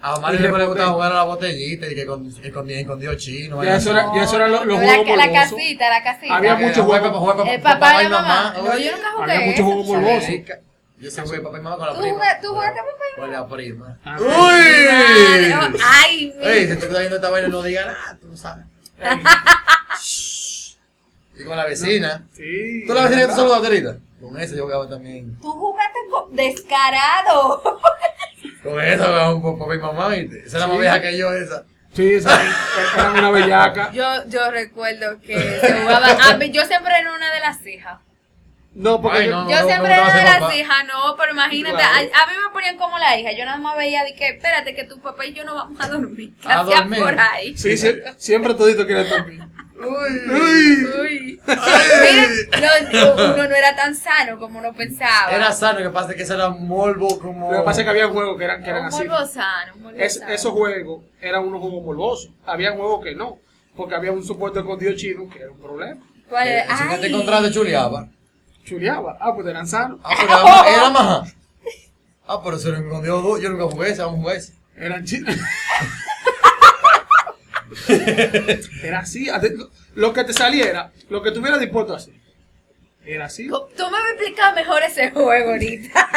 S2: A Mario siempre le gustaba jugar a la botellita y que con- escondía, escondió chino.
S1: Ya eso era, ya eso era lo- los
S3: la,
S1: juegos
S3: la
S1: morbosos.
S3: casita, la casita.
S1: Había
S2: Porque
S1: mucho
S2: jugué
S1: juego.
S2: papá, jugué
S3: El
S2: papá,
S3: Eh, papá y
S2: y
S3: la mamá.
S2: mamá.
S3: No, yo nunca jugué.
S1: Había mucho juego
S3: eso.
S1: morboso.
S2: Yo se jugué papá y mamá con la
S3: ¿Tú
S2: prima.
S3: jugaste- tú
S2: Con
S3: jugaste
S2: la-
S3: papá y
S2: Con la prima.
S1: Ah,
S3: Ah, no,
S2: ¡Uy!
S3: Ay,
S2: Ey, si
S3: mira.
S2: tú estás viendo esta vaina, no digas nada, tú no sabes. Y con la vecina.
S1: Sí.
S2: ¿Tú la vecina que te saludaste ahorita? Con esa yo jugaba también.
S3: Tú jugaste co- descarado.
S2: Con esa jugaba con papá y mamá, ¿viste? Esa era más
S1: Sí.
S2: vieja que yo, esa.
S1: Sí, esa- eran una bellaca.
S3: Yo, yo recuerdo que se jugaba. ah, yo siempre era una de las hijas.
S1: No, porque
S2: Ay,
S1: yo-
S2: no.
S3: Yo siempre
S2: gustaba
S3: era de
S2: ser
S3: las
S2: papá.
S3: hijas, no, pero imagínate,
S1: Claro.
S3: a, a mí me ponían como la hija. Yo nada más veía de que, espérate, que tu papá y yo no vamos a dormir. ¿Qué
S2: A
S3: hacía
S2: dormir.
S3: por ahí?
S1: sí, sí, siempre todito quería estar bien.
S2: Uy.
S3: Uy.
S2: Ay.
S3: Miren, no, uno no era tan sano como uno pensaba.
S2: Era sano, lo que pasa es que ese era un morbo como.
S1: Lo que pasa es que había juegos que eran, que eran
S3: un
S1: así.
S3: morbo sano, un morbo
S1: Es-
S3: sano.
S1: esos juegos eran unos juegos morbosos. Había juegos que no. Porque había un supuesto escondido chino que era un problema.
S3: ¿Cuál era?
S2: Eh, Si no te
S3: Ay.
S2: encontraste, chuleaba.
S1: Chuleaba. Ah, pues eran sanos.
S2: Ah, pero era, ma- era maja. Ah, pero se lo escondió dos. Yo nunca jugué ese, vamos a jugar ese.
S1: Eran chinos. era así. ate- Lo que te saliera, lo que tuviera dispuesto así. Era así.
S3: Tú me vas a explicar mejor ese juego ahorita.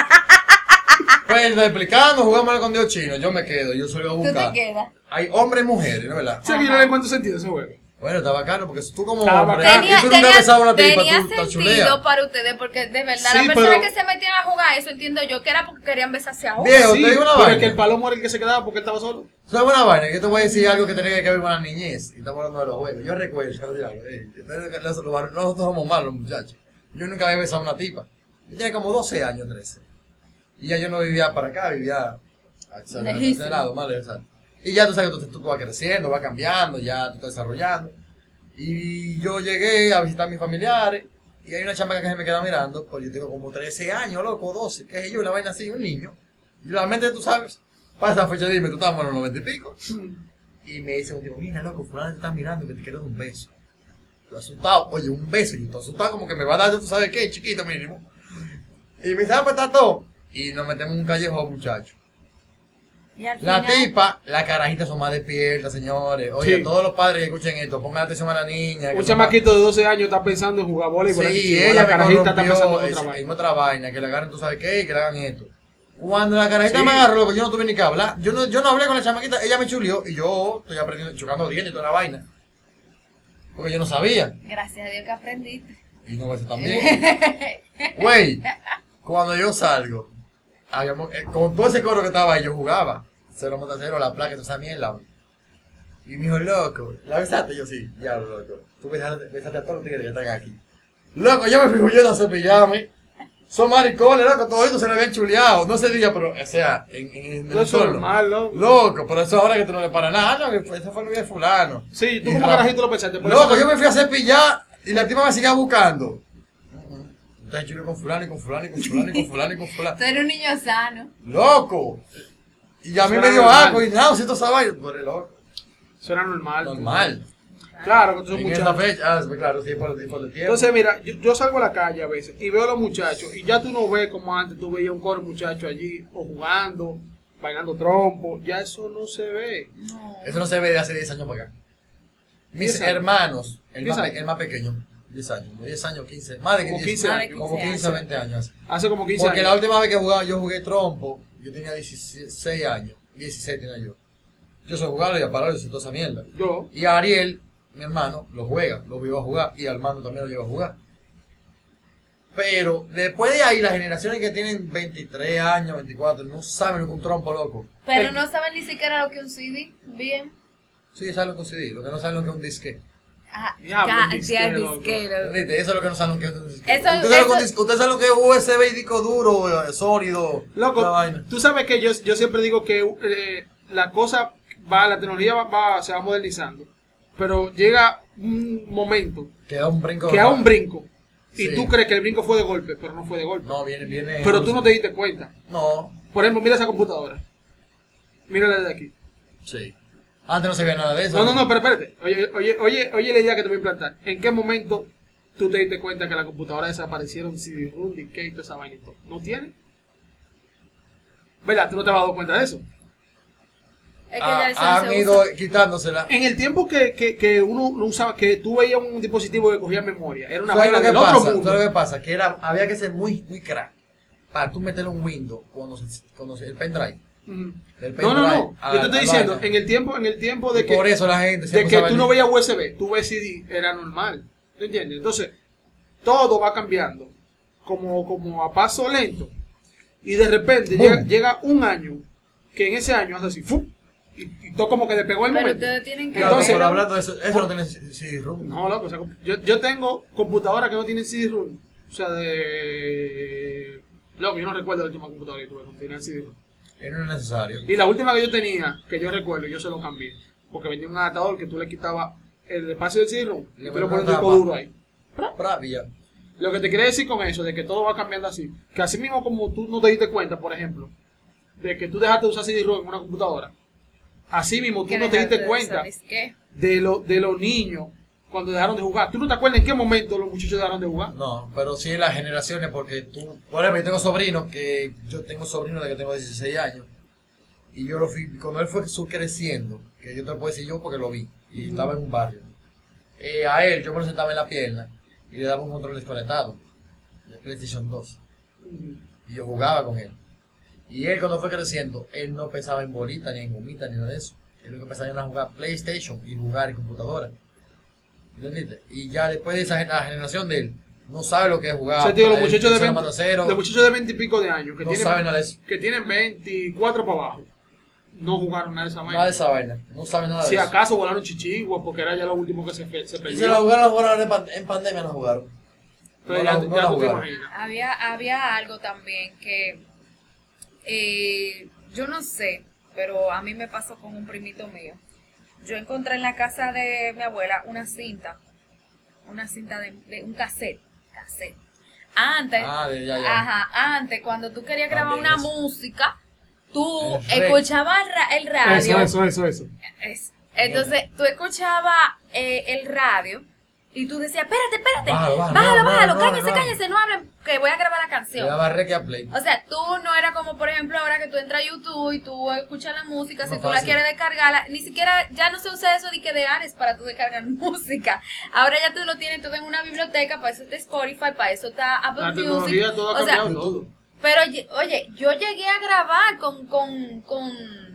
S2: Pues lo explicando, jugamos al escondido chino. Yo me quedo, yo suelo
S3: Tú
S2: buscar.
S3: te quedas.
S2: Hay hombres y mujeres, ¿no verdad?
S1: O sea que yo no le encuentro sentido a ese juego.
S2: Bueno, está bacano porque tú como
S1: Está
S2: hombre,
S1: bacano.
S2: y
S3: Tenía,
S2: tú nunca
S3: tenía-
S2: has besado a una tipa,
S3: tenía
S2: tú te chuleas.
S3: sentido para ustedes porque de verdad
S1: Sí,
S3: las personas
S1: pero-
S3: que se metían a jugar eso entiendo yo que era porque querían besarse a uno.
S2: Viejo,
S1: Sí,
S2: te digo
S1: pero
S2: una
S1: es
S2: vaina.
S1: que el palomo era el que se quedaba porque él estaba solo.
S2: ¿Sabes una vaina? Yo te voy a decir algo que tiene que ver con la niñez. Y estamos hablando de los juegos. Yo recuerdo, yo te digo algo, eh, ustedes, los- los varones- nosotros somos malos, los muchachos. Yo nunca había besado a una tipa. Yo tenía como 12 años, 13. Y ya yo no vivía para acá, vivía a ese
S3: Lejísimo.
S2: lado, más lejos, ¿sabes? Y ya tú sabes que tú, tú vas creciendo, vas cambiando, ya tú estás desarrollando. Y yo llegué a visitar a mis familiares. Y hay una chamaca que se me queda mirando, pues yo tengo como 13 años, loco, 12, que es yo, una vaina así, un niño. Y realmente tú sabes, pasa pues, esa fecha, dime, tú estabas en los 90 y pico.
S3: Mm.
S2: Y me dice un tipo, mira, loco, fulano te está mirando, que te quiero dar un beso. Yo asustado, oye, un beso, yo estoy asustado, como que me va a dar, tú sabes qué, chiquito mínimo. Y me dice, ah, pues está todo. Y nos metemos en un callejón, muchacho.
S3: Y al
S2: La
S3: final-
S2: tipa, la carajita son más despiertas, señores. Oye,
S1: Sí.
S2: todos los padres que escuchen esto, pongan atención a la niña. que
S1: Un
S2: son
S1: chamaquito de 12 años está pensando en jugar bola y por
S2: Sí,
S1: aquí
S2: ella
S1: la
S2: me
S1: carajita está pensando
S2: corrompió,
S1: en otra
S2: es-
S1: vaina.
S2: en otra vaina, que le agarren tú sabes qué, y que le hagan esto. Cuando la carajita
S1: Sí.
S2: me agarró, loco, yo no tuve ni que hablar. Yo no, yo no hablé con la chamaquita, ella me chulió y yo estoy aprendiendo, chocando dientes y toda la vaina. Porque yo no sabía.
S3: Gracias a Dios que aprendiste.
S2: Y no eso también. Güey, cuando yo salgo, habíamos- eh, con todo ese coro que estaba ahí, yo jugaba. Cero monta cero, la placa, toda esa mierda. Y me dijo, loco, ¿la besaste? Yo sí, ya, loco. Tú besaste, besaste a todos los tigres que están aquí. Loco, yo me fui huyendo a cepillarme. Son maricones, loco, todo esto se lo habían chuleado. No se diga, pero, o sea, en, en, en
S1: No, eso es normal, ¿no?
S2: Loco, por eso ahora que tú no le paras nada, Ah, no, que ese fue el día de fulano.
S1: Sí, tú
S2: Y
S1: como
S2: ra-
S1: carajito lo pensaste. por
S2: Loco,
S1: eso-
S2: yo me fui a cepillar y la tipa me seguía buscando. Entonces yo iba con fulano y con fulano y con fulano y con fulano y con fulano.
S3: Tú eres un niño sano.
S2: ¡Loco! Y a mí me dio
S1: Normal.
S2: algo y nada, siento esa vaina. Por el loco.
S1: Eso era normal.
S2: Normal.
S1: Claro, que tú
S2: En
S1: muchachos.
S2: esa fecha, ah, sí, claro, sí, por el tiempo de tiempo.
S1: Entonces, mira, yo, yo salgo a la calle a veces y veo a los muchachos y ya tú no ves como antes, tú veías un coro de muchachos allí o jugando, bailando trompo, ya eso no se ve.
S3: No.
S2: Eso no se ve de hace 10 años para acá. Mis
S1: 10 años.
S2: hermanos, el
S1: 10
S2: más,
S1: años.
S2: el más pequeño, 10 años, 10 años, 15, más de
S1: Como
S2: 15,
S3: 15
S2: como 15, 20 años.
S1: Hace como 15
S2: Porque la
S1: años.
S2: última vez que jugaba, yo jugué trompo, yo tenía 16 años, 16 tenía yo. Yo soy jugador y a parar, yo soy toda esa mierda.
S1: Yo,
S2: Y a Ariel, mi hermano, lo juega, lo vio a jugar, y Armando también lo lleva a jugar. Pero después de ahí, las generaciones que tienen 23 años, 24, no saben lo que un trompo loco.
S3: Pero no saben ni siquiera lo que un CD. Bien.
S2: Sí, saben lo que un CD, lo que no saben lo que es un disque.
S3: Ah,
S1: Diablo,
S3: ya,
S1: disquero,
S3: ya, disquero.
S2: ¿Entendiste? Eso es lo que no saben lo que es un disque.
S3: Eso-
S2: Usted sabe lo que un
S3: eso-
S2: disque- usted sabe lo que es USB y disco duro, eh, sólido. la
S1: Loco,
S2: vaina.
S1: tú sabes que yo, yo siempre digo que eh, la cosa va, la tecnología va, va- se va modernizando, pero llega un momento
S2: Que da un brinco.
S1: que da un brinco y
S2: Sí.
S1: tú crees que el brinco fue de golpe, pero no fue de golpe.
S2: No, viene, viene.
S1: pero tú no te diste cuenta.
S2: No,
S1: Por ejemplo, mira esa computadora. Mírala de aquí.
S2: sí. Antes no se veía nada de eso.
S1: No, no, no, pero espérate. Oye, oye, oye, oye la idea que te voy a implantar. ¿En qué momento tú te diste cuenta que la computadora desaparecieron CD-ROM, disquete, toda esa vaina y todo? ¿No tiene? ¿Verdad? Tú no te vas a dar cuenta de eso.
S3: Es que ya
S2: Ah,
S3: eso no
S2: han
S3: se
S2: ido
S3: usa.
S2: quitándosela.
S1: En el tiempo que, que, que uno no usaba, que tú veías un dispositivo que cogía memoria, era una
S2: ¿Sabes
S1: vaina
S2: lo que
S1: del
S2: pasa?
S1: otro
S2: ¿Sabes
S1: mundo.
S2: lo que pasa? Que era, había que ser muy, muy crack para tú meterle un Windows cuando, se- cuando se- el pendrive.
S1: Mm.
S2: Del
S1: No, no, no.
S2: pendrive
S1: Yo
S2: a-
S1: te
S2: a
S1: estoy diciendo,
S2: vaina.
S1: en el tiempo, en el tiempo
S2: Y
S1: de que,
S2: por eso la gente
S1: de
S2: siempre
S1: que
S2: usaba
S1: tú
S2: el
S1: no
S2: disco.
S1: veías USB, tú ves CD, era normal. ¿Tú entiendes? Entonces, todo va cambiando, como, como a paso lento. Y de repente
S2: Boom.
S1: llega, llega un año, que en ese año hace así, ¡fum! Y, y todo como que despegó el
S3: Pero
S1: momento.
S3: ustedes tienen que
S2: Claro,
S1: Entonces-
S2: pero hablando de eso, eso no tiene CD-ROM.
S1: No, loco, o sea, yo, yo tengo computadoras que no tienen CD-ROM. O sea, de. Loco, yo no recuerdo la última computadora que tuve con tenía CD-ROM.
S2: Que no es necesario.
S1: Y la última que yo tenía, que yo recuerdo, yo se lo cambié. Porque venía un adaptador que tú le quitabas el espacio del CD-ROM y
S2: Le
S1: tú le pones
S2: ponías
S1: un
S2: una
S1: disco
S2: tapa.
S1: duro ahí.
S2: Bravia.
S1: Lo que te quería decir con eso, de que todo va cambiando así. Que así mismo como tú no te diste cuenta, por ejemplo, de que tú dejaste de usar CD-ROM en una computadora, así mismo tú
S3: que
S1: no te
S3: dejar
S1: diste
S3: de
S1: cuenta
S3: usar disque.
S1: de, lo, de los niños cuando dejaron de jugar. ¿Tú no te acuerdas en qué momento los muchachos dejaron de jugar?
S2: No, pero sí las generaciones, porque tú, por ejemplo, yo tengo sobrinos que, yo tengo sobrinos de que tengo 16 años, y yo lo fui, cuando él fue su creciendo, que yo te lo puedo decir yo porque lo vi, y estaba en un barrio, eh, a él yo me lo sentaba en la pierna y le daba un control desconectado, de PlayStation 2, y yo jugaba con él. Y él cuando fue creciendo, él no pensaba en bolita, ni en gomita, ni nada de eso. Él lo que pensaba era jugar PlayStation y jugar en computadora. ¿Entendiste? Y ya después de esa gen- la generación de él, no sabe lo que es jugar.
S1: O sea, te digo, los
S2: él
S1: muchachos de
S2: piensa en
S1: 20,
S2: matacero,
S1: los muchachos de 20 y pico de años, que,
S2: no
S1: tienen,
S2: saben nada de eso.
S1: que tienen 24 para abajo, no jugaron nada de esa
S2: Nada de
S1: manera.
S2: esa vaina. No saben nada de
S1: Si
S2: eso.
S1: acaso volaron chichiguas, porque era ya lo último que se, pe- se
S2: Y se
S1: perdió.
S2: la jugaron, la jugaron en, pan- en pandemia, la jugaron.
S1: Pero
S2: No
S1: ya, ya
S2: la- no la
S1: tú te
S2: jugaron.
S1: imaginas.
S3: Había, había algo también que eh, yo no sé, pero a mí me pasó con un primito mío. Yo encontré en la casa de mi abuela una cinta, una cinta de, de un cassette, cassette. Antes,
S2: Ah, de- ya, ya.
S3: ajá, antes cuando tú querías grabar
S2: También
S3: una
S2: eso.
S3: música, tú
S2: El rec.
S3: escuchabas ra- el radio.
S1: eso, eso.
S3: Es- Entonces, tú escuchabas eh, el radio y tú decías, espérate, espérate,
S2: Bájalo,
S3: bájalo,
S2: bájalo,
S3: bájalo,
S2: no, no, no,
S3: cállense,
S2: no.
S3: cállense, no hablen, que voy a grabar la
S2: Le
S3: canción.
S2: daba rec y a play.
S3: O sea, tú no era como, por ejemplo, ahora que tú entras a YouTube y tú escuchas la música,
S2: Más
S3: si tú la
S2: fácil.
S3: quieres descargarla, ni siquiera, ya no se usa eso de que de Ares para tú descargar música. Ahora ya tú lo tienes todo en una biblioteca, para eso está Spotify, para eso está Apple
S1: La
S3: Music.
S1: tecnología todo ha
S3: o sea,
S1: cambiado todo.
S3: pero, oye- oye, yo llegué a grabar con, con, con,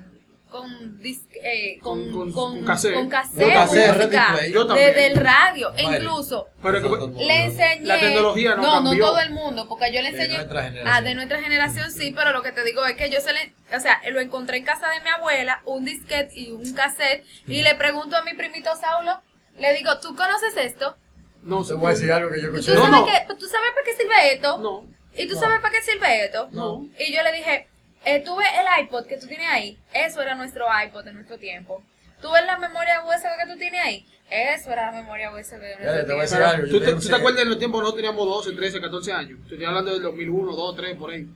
S3: con, dis- eh, con,
S1: Con- con-
S3: con,
S1: con cassette.
S3: con
S2: Yo cassette,
S3: música,
S2: radio play.
S1: Yo también.
S3: desde el radio, e
S2: Vale.
S3: incluso.
S1: Pero
S2: Nosotros
S1: que,
S2: no
S3: Le
S2: jugamos.
S3: enseñé.
S1: La tecnología no
S3: No,
S1: cambió.
S3: no todo el mundo, porque yo le
S2: De
S3: enseñé.
S2: nuestra generación.
S3: Ah, de nuestra generación sí, pero lo que te digo es que yo se le. O sea, lo encontré en casa de mi abuela, un disquete y un cassette, y le pregunto a mi primito Saulo, le digo, ¿tú conoces esto?
S1: no,
S2: Te voy a decir algo que yo
S3: ¿Tú
S2: escuché.
S1: No,
S3: sabes,
S1: no.
S3: qué- ¿Tú sabes para qué sirve esto?
S1: no.
S3: ¿Y tú
S2: No.
S3: sabes para qué sirve esto?
S1: No.
S3: Y yo le dije, eh, tú ves el iPod que tú tienes ahí, eso era nuestro iPod en nuestro tiempo. Tú ves la memoria USB que tú tienes ahí, eso era la memoria USB de
S2: Ya,
S3: nuestro
S2: te voy a
S3: tiempo.
S2: decir algo, yo
S1: ¿Tú, te,
S2: tengo
S1: tú te
S2: que-
S1: acuerdas en los tiempos no teníamos 12, 13, 14 años? Te Estoy hablando del 2001, 2, 3, por ahí.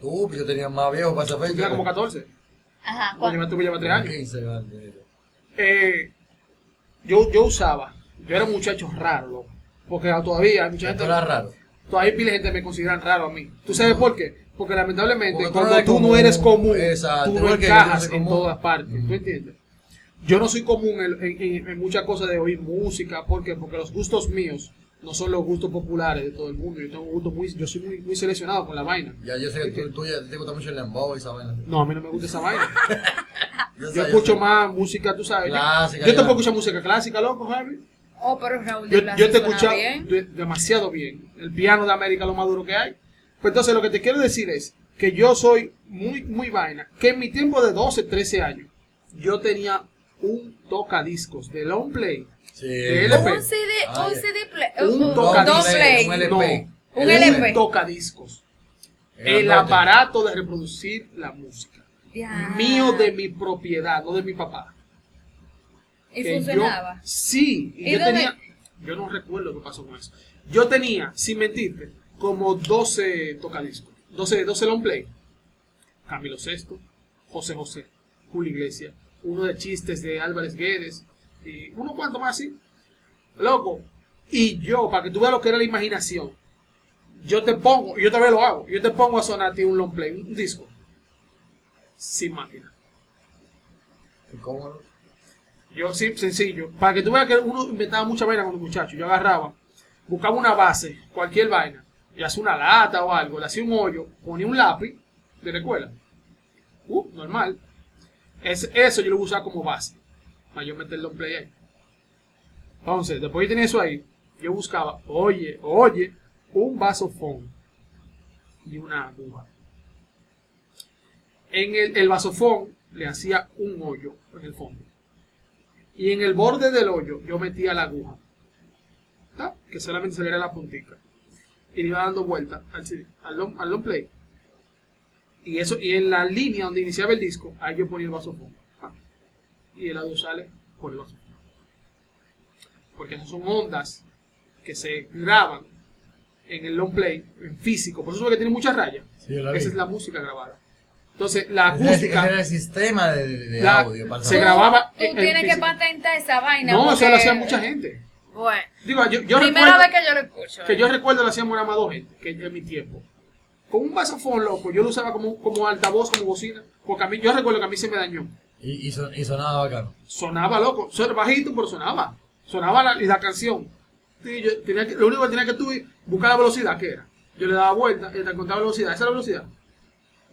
S2: Tú, que yo tenía más viejo para esa
S1: Tú tenías
S2: fecha.
S1: como 14.
S3: Ajá,
S1: Tú
S3: ¿cuál?
S1: llevas- tú me llevas 3 años.
S2: 15, vale.
S1: Eh, yo, yo usaba, yo era un muchacho raro, loco. Porque todavía hay mucha gente,
S2: Esto era raro.
S1: todavía hay pila de gente que me consideran raro a mí. ¿Tú sabes por qué? Porque lamentablemente
S2: Porque tú
S1: cuando
S2: no eres
S1: tú no
S2: común.
S1: eres común,
S2: Exacto,
S1: tú no
S2: igual que yo,
S1: encajas
S2: yo soy
S1: en
S2: común.
S1: todas partes, ¿tú entiendes? Yo no soy común en, en- en- en muchas cosas de oír música, ¿por qué? Porque los gustos míos no son los gustos populares de todo el mundo. Yo tengo gustos muy, yo soy muy, muy seleccionado con la vaina.
S2: Ya yo sé que tú, tú ya te gusta mucho el dembow y esa vaina.
S1: No, a mí no me gusta esa vaina.
S2: Yo, sé,
S1: Ah, Yo
S2: yo
S1: escucho
S2: sé.
S1: más música, tú sabes. Yo-
S2: Clásica,
S1: yo
S2: ya.
S1: tampoco escucho música clásica, loco, Javi.
S3: Oh, pero Raúl de
S1: Yo,
S3: Blas
S1: yo te he
S3: suena
S1: escuchado
S3: bien.
S1: de- demasiado bien. El piano de América es lo más duro que hay. Pues entonces lo que te quiero decir es que yo soy muy, muy vaina. Que en mi tiempo de 12, 13 años, yo tenía un tocadiscos de long play.
S2: Sí.
S1: De LP.
S3: Un CD,
S2: Ah,
S3: un
S2: ya.
S3: CD play,
S1: Un
S3: un,
S1: toca-
S3: dos play.
S2: un LP.
S1: No,
S3: Un LP.
S1: tocadiscos.
S2: Era
S1: El
S2: norte.
S1: aparato de reproducir la música.
S3: Ya.
S1: Mío de mi propiedad, no de mi papá.
S3: Y
S1: que yo-
S3: funcionaba.
S1: sí, y
S3: ¿Y
S1: yo
S3: dónde?
S1: tenía, yo no recuerdo qué pasó con eso. Yo tenía, sin mentirte, como 12 tocadiscos, 12, 12 long play. Camilo Sesto, José José, Julio Iglesias, uno de chistes de Álvarez Guedes, y uno cuanto más así. Loco, y yo, para que tú veas lo que era la imaginación, yo te pongo, y yo también lo hago, yo te pongo a sonar a ti un long play, un disco, sin máquina.
S2: ¿Cómo no?
S1: Yo, sí, sencillo. Para que tú veas que uno inventaba mucha vaina con los muchachos. Yo agarraba, buscaba una base, cualquier vaina, y hacía una lata o algo, le hacía un hoyo, ponía un lápiz de la escuela. Uh, normal. Es, eso yo lo usaba como base, para yo meterlo en play ahí. Entonces, después de tener eso ahí, yo buscaba, oye, oye, un vasofón y una aguja. En el, el vasofón le hacía un hoyo en el fondo y en el borde del hoyo yo metía la aguja, ¿tá? que solamente saliera la puntica, y le iba dando vuelta al, CD al, long, al long play. Y eso y en la línea donde iniciaba el disco, ahí yo ponía el vasofón. ¿tá? Y el audio sale por el vasofón. Porque esas son ondas que se graban en el long play, en físico. Por eso es que tiene muchas rayas.
S2: Sí, yo la vi.
S1: Esa es la música grabada. Entonces, la
S2: Ese- ese
S1: acústica...
S2: era el sistema de, de- de
S1: La-
S2: audio. para
S1: se
S2: saber.
S3: Tú-
S1: grababa
S3: Tú
S1: en- en
S3: tienes que
S1: físico.
S3: patentar esa vaina.
S1: No, eso lo hacía
S3: porque-
S1: mucha gente.
S3: Bueno,
S1: Digo, yo, yo
S3: primera
S1: recuerdo-
S3: vez que yo lo escucho.
S1: que yo recuerdo lo hacíamos nada más dos gente, eh, que en mi tiempo. Con un vasofón, loco, yo lo usaba como, como altavoz, como bocina, porque a mí, yo recuerdo que a mí se me dañó.
S2: Y, y, son- y sonaba bacano.
S1: Sonaba, loco, sonaba bajito, pero sonaba. Sonaba la, y la canción. Sí, yo tenía que- lo único que tenía que tú buscar la velocidad, que era. Yo le daba vuelta y te contaba velocidad, esa es la velocidad.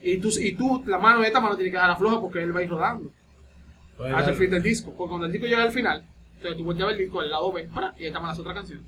S1: Y tú, y tú, la mano de esta mano tiene que dejarla floja porque él va a ir rodando.
S2: Bueno,
S1: Hasta el fin del disco, porque cuando el disco llega al final, entonces tú volteabas el disco al lado B, para, y ahí estaban las otras canciones.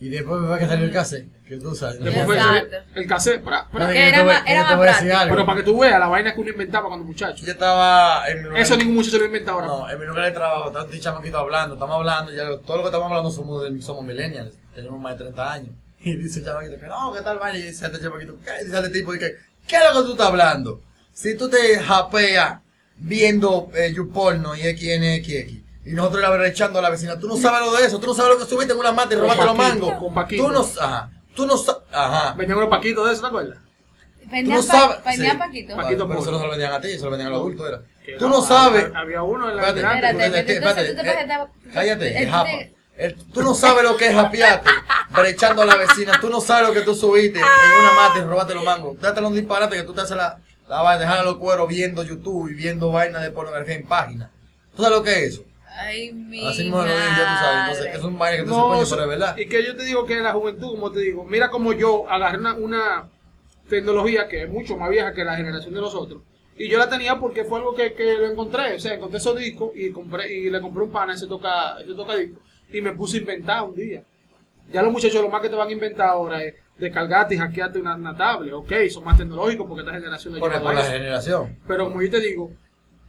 S2: Y después me va a salir el case, que tú sabes.
S1: Después fue
S3: Exacto.
S1: el, el cassette, para, para.
S2: Pero
S3: Era
S2: yo te voy-
S3: más- era
S2: yo te
S3: más
S2: voy a decir
S3: práctico.
S2: algo.
S1: Pero para que tú veas la vaina que uno inventaba cuando muchacho.
S2: Yo estaba en mi lugar.
S1: Eso ningún muchacho lo inventa ahora.
S2: No, en mi lugar de trabajo, tanto y chamaquito hablando, estamos hablando, ya todo lo que estamos hablando somos, de- somos millennials, tenemos más de 30 años. Y dice el chamaquito que no, ¿qué tal vaina? Y dice este chamaquito, ¿qué? Y dice este tipo, y que, ¿qué es lo que tú estás hablando? Si tú te japeas viendo eh, YouPorno y XNXX, y nosotros la brechando a la vecina, tú no sabes lo de eso, tú no sabes lo que subiste en una mata y
S1: Con
S2: robaste los
S1: Paquito,
S2: mangos.
S1: con Paquito.
S2: Tú no sabes, ajá, tú no sabes, ajá.
S1: Venían unos paquitos de eso, ¿te acuerdas?
S3: Vendía,
S2: tú no
S3: pa-
S2: sabes-
S3: vendía
S2: sí.
S3: Paquito.
S1: Pa- Paquito
S2: pero eso
S1: Polo.
S2: no se lo vendían a ti, se lo vendían a los adultos, era.
S1: Que
S2: Tú
S1: era-
S2: no sabes.
S1: ha- había uno en la
S2: Espérate,
S1: delante.
S3: Espérate,
S2: espérate,
S3: entonces
S2: espérate,
S3: tú te vas a
S2: eh,
S3: dar-
S2: Cállate,
S3: eh, tú
S2: japa.
S3: te-
S2: Eh, Tú no sabes lo que es japiate, brechando a la vecina. Tú no sabes lo que tú subiste en una mata y robaste los mangos. Date los disparates que tú te haces la, la vaina, dejar los cueros viendo YouTube y viendo vaina de pornografía en página. ¿Tú sabes lo que es eso?
S3: Ay, mi
S2: Así mismo lo dicen, ya tú sabes. Entonces,
S3: madre.
S2: es un vaina que tú
S1: No,
S2: se
S1: eso-
S2: pone, pero es verdad.
S1: y que yo te digo que la juventud, como te digo, mira como yo agarré una, una tecnología que es mucho más vieja que la generación de nosotros. Y yo la tenía porque fue algo que, que lo encontré. O sea, encontré esos discos y compré y le compré un pana ese toca, ese toca disco. Y me puse a inventar un día. Ya los muchachos lo más que te van a inventar ahora es descargarte y hackearte una, una tablet. Ok, son más tecnológicos porque esta generación lo
S2: Por,
S1: lleva
S2: por
S1: a
S2: la
S1: eso.
S2: generación.
S1: Pero como yo te digo,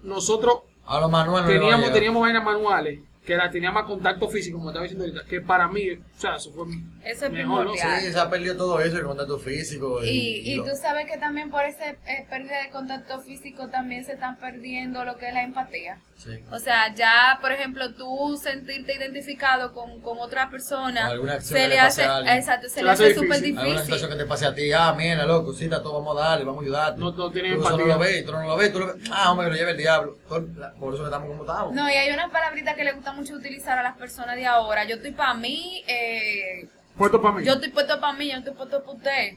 S1: nosotros
S2: A los manuales no le va a
S1: teníamos,
S2: llegar.
S1: teníamos vainas manuales que la tenía más contacto físico, como estaba diciendo ahorita, que para mí, o sea, eso fue
S3: Eso es
S1: ¿no?
S3: primordial.
S2: Sí, se ha perdido todo eso, el contacto físico.
S3: Y, y
S2: lo-
S3: tú sabes que también por esa pérdida de contacto físico también se están perdiendo lo que es la empatía.
S2: sí.
S3: O sea, ya, por ejemplo, tú sentirte identificado con, con otra persona,
S2: Alguna acción
S3: se
S2: que
S3: le
S2: le pase
S3: hace,
S2: a alguien.
S3: exacto, se
S1: Se
S3: le
S1: le hace
S3: hace súper
S1: difícil.
S3: difícil.
S2: alguna situación que te pase a ti, ah, mira, loco, sí, está todo, vamos a darle, vamos a ayudarte.
S1: No- no tiene
S2: tú eso no
S1: empatía.
S2: lo ves, tú no lo ves, tú lo ves, ah, hombre, que lo lleve el diablo. Por, la- por eso que estamos como estamos.
S3: No, y hay una palabrita que le gusta mucho utilizar a las personas de ahora. Yo estoy para mí, eh,
S1: Puesto para mí.
S3: yo estoy puesto para mí, yo no estoy puesto para usted.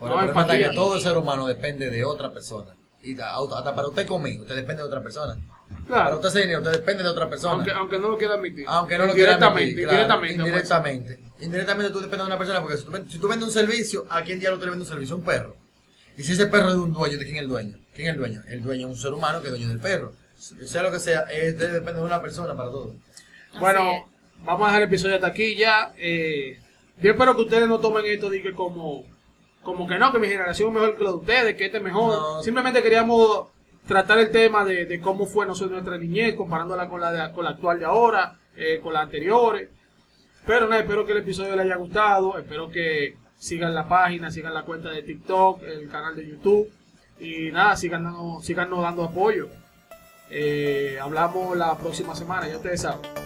S2: por
S1: no,
S2: el problema está
S1: empatía.
S2: que todo el ser humano depende de otra persona. Y ta- auto- hasta para usted conmigo, usted depende de otra persona. Para
S1: claro,
S2: usted ser usted depende de otra persona.
S1: aunque, aunque no lo quiera admitir. pues.
S2: Aunque no lo quieras
S1: directamente,
S2: admitir, claro,
S1: directamente.
S2: indirectamente. Indirectamente tú dependes de una persona, porque si tú, ven- si tú vendes un servicio, ¿a quién diablo te le vende un servicio? Un perro. Y si ese perro es de un dueño, ¿de quién es el dueño? ¿Quién es el dueño? El dueño es un ser humano que es dueño del perro. Sea lo que sea, es- depende de una persona para todo.
S3: Así
S1: Bueno,
S3: es.
S1: Vamos a dejar el episodio hasta aquí ya. Eh, yo espero que ustedes no tomen esto de que como, como que no, que mi generación es mejor que la de ustedes, que este es mejor.
S2: No.
S1: Simplemente queríamos tratar el tema de, de cómo fue nosotros nuestra niñez, comparándola con la, de- con la actual de ahora, eh, con las anteriores. Pero nada, espero que el episodio les haya gustado. Espero que sigan la página, sigan la cuenta de TikTok, el canal de YouTube. Y nada, sigan dando- síganos dando apoyo. Eh, hablamos la próxima semana, ya ustedes saben.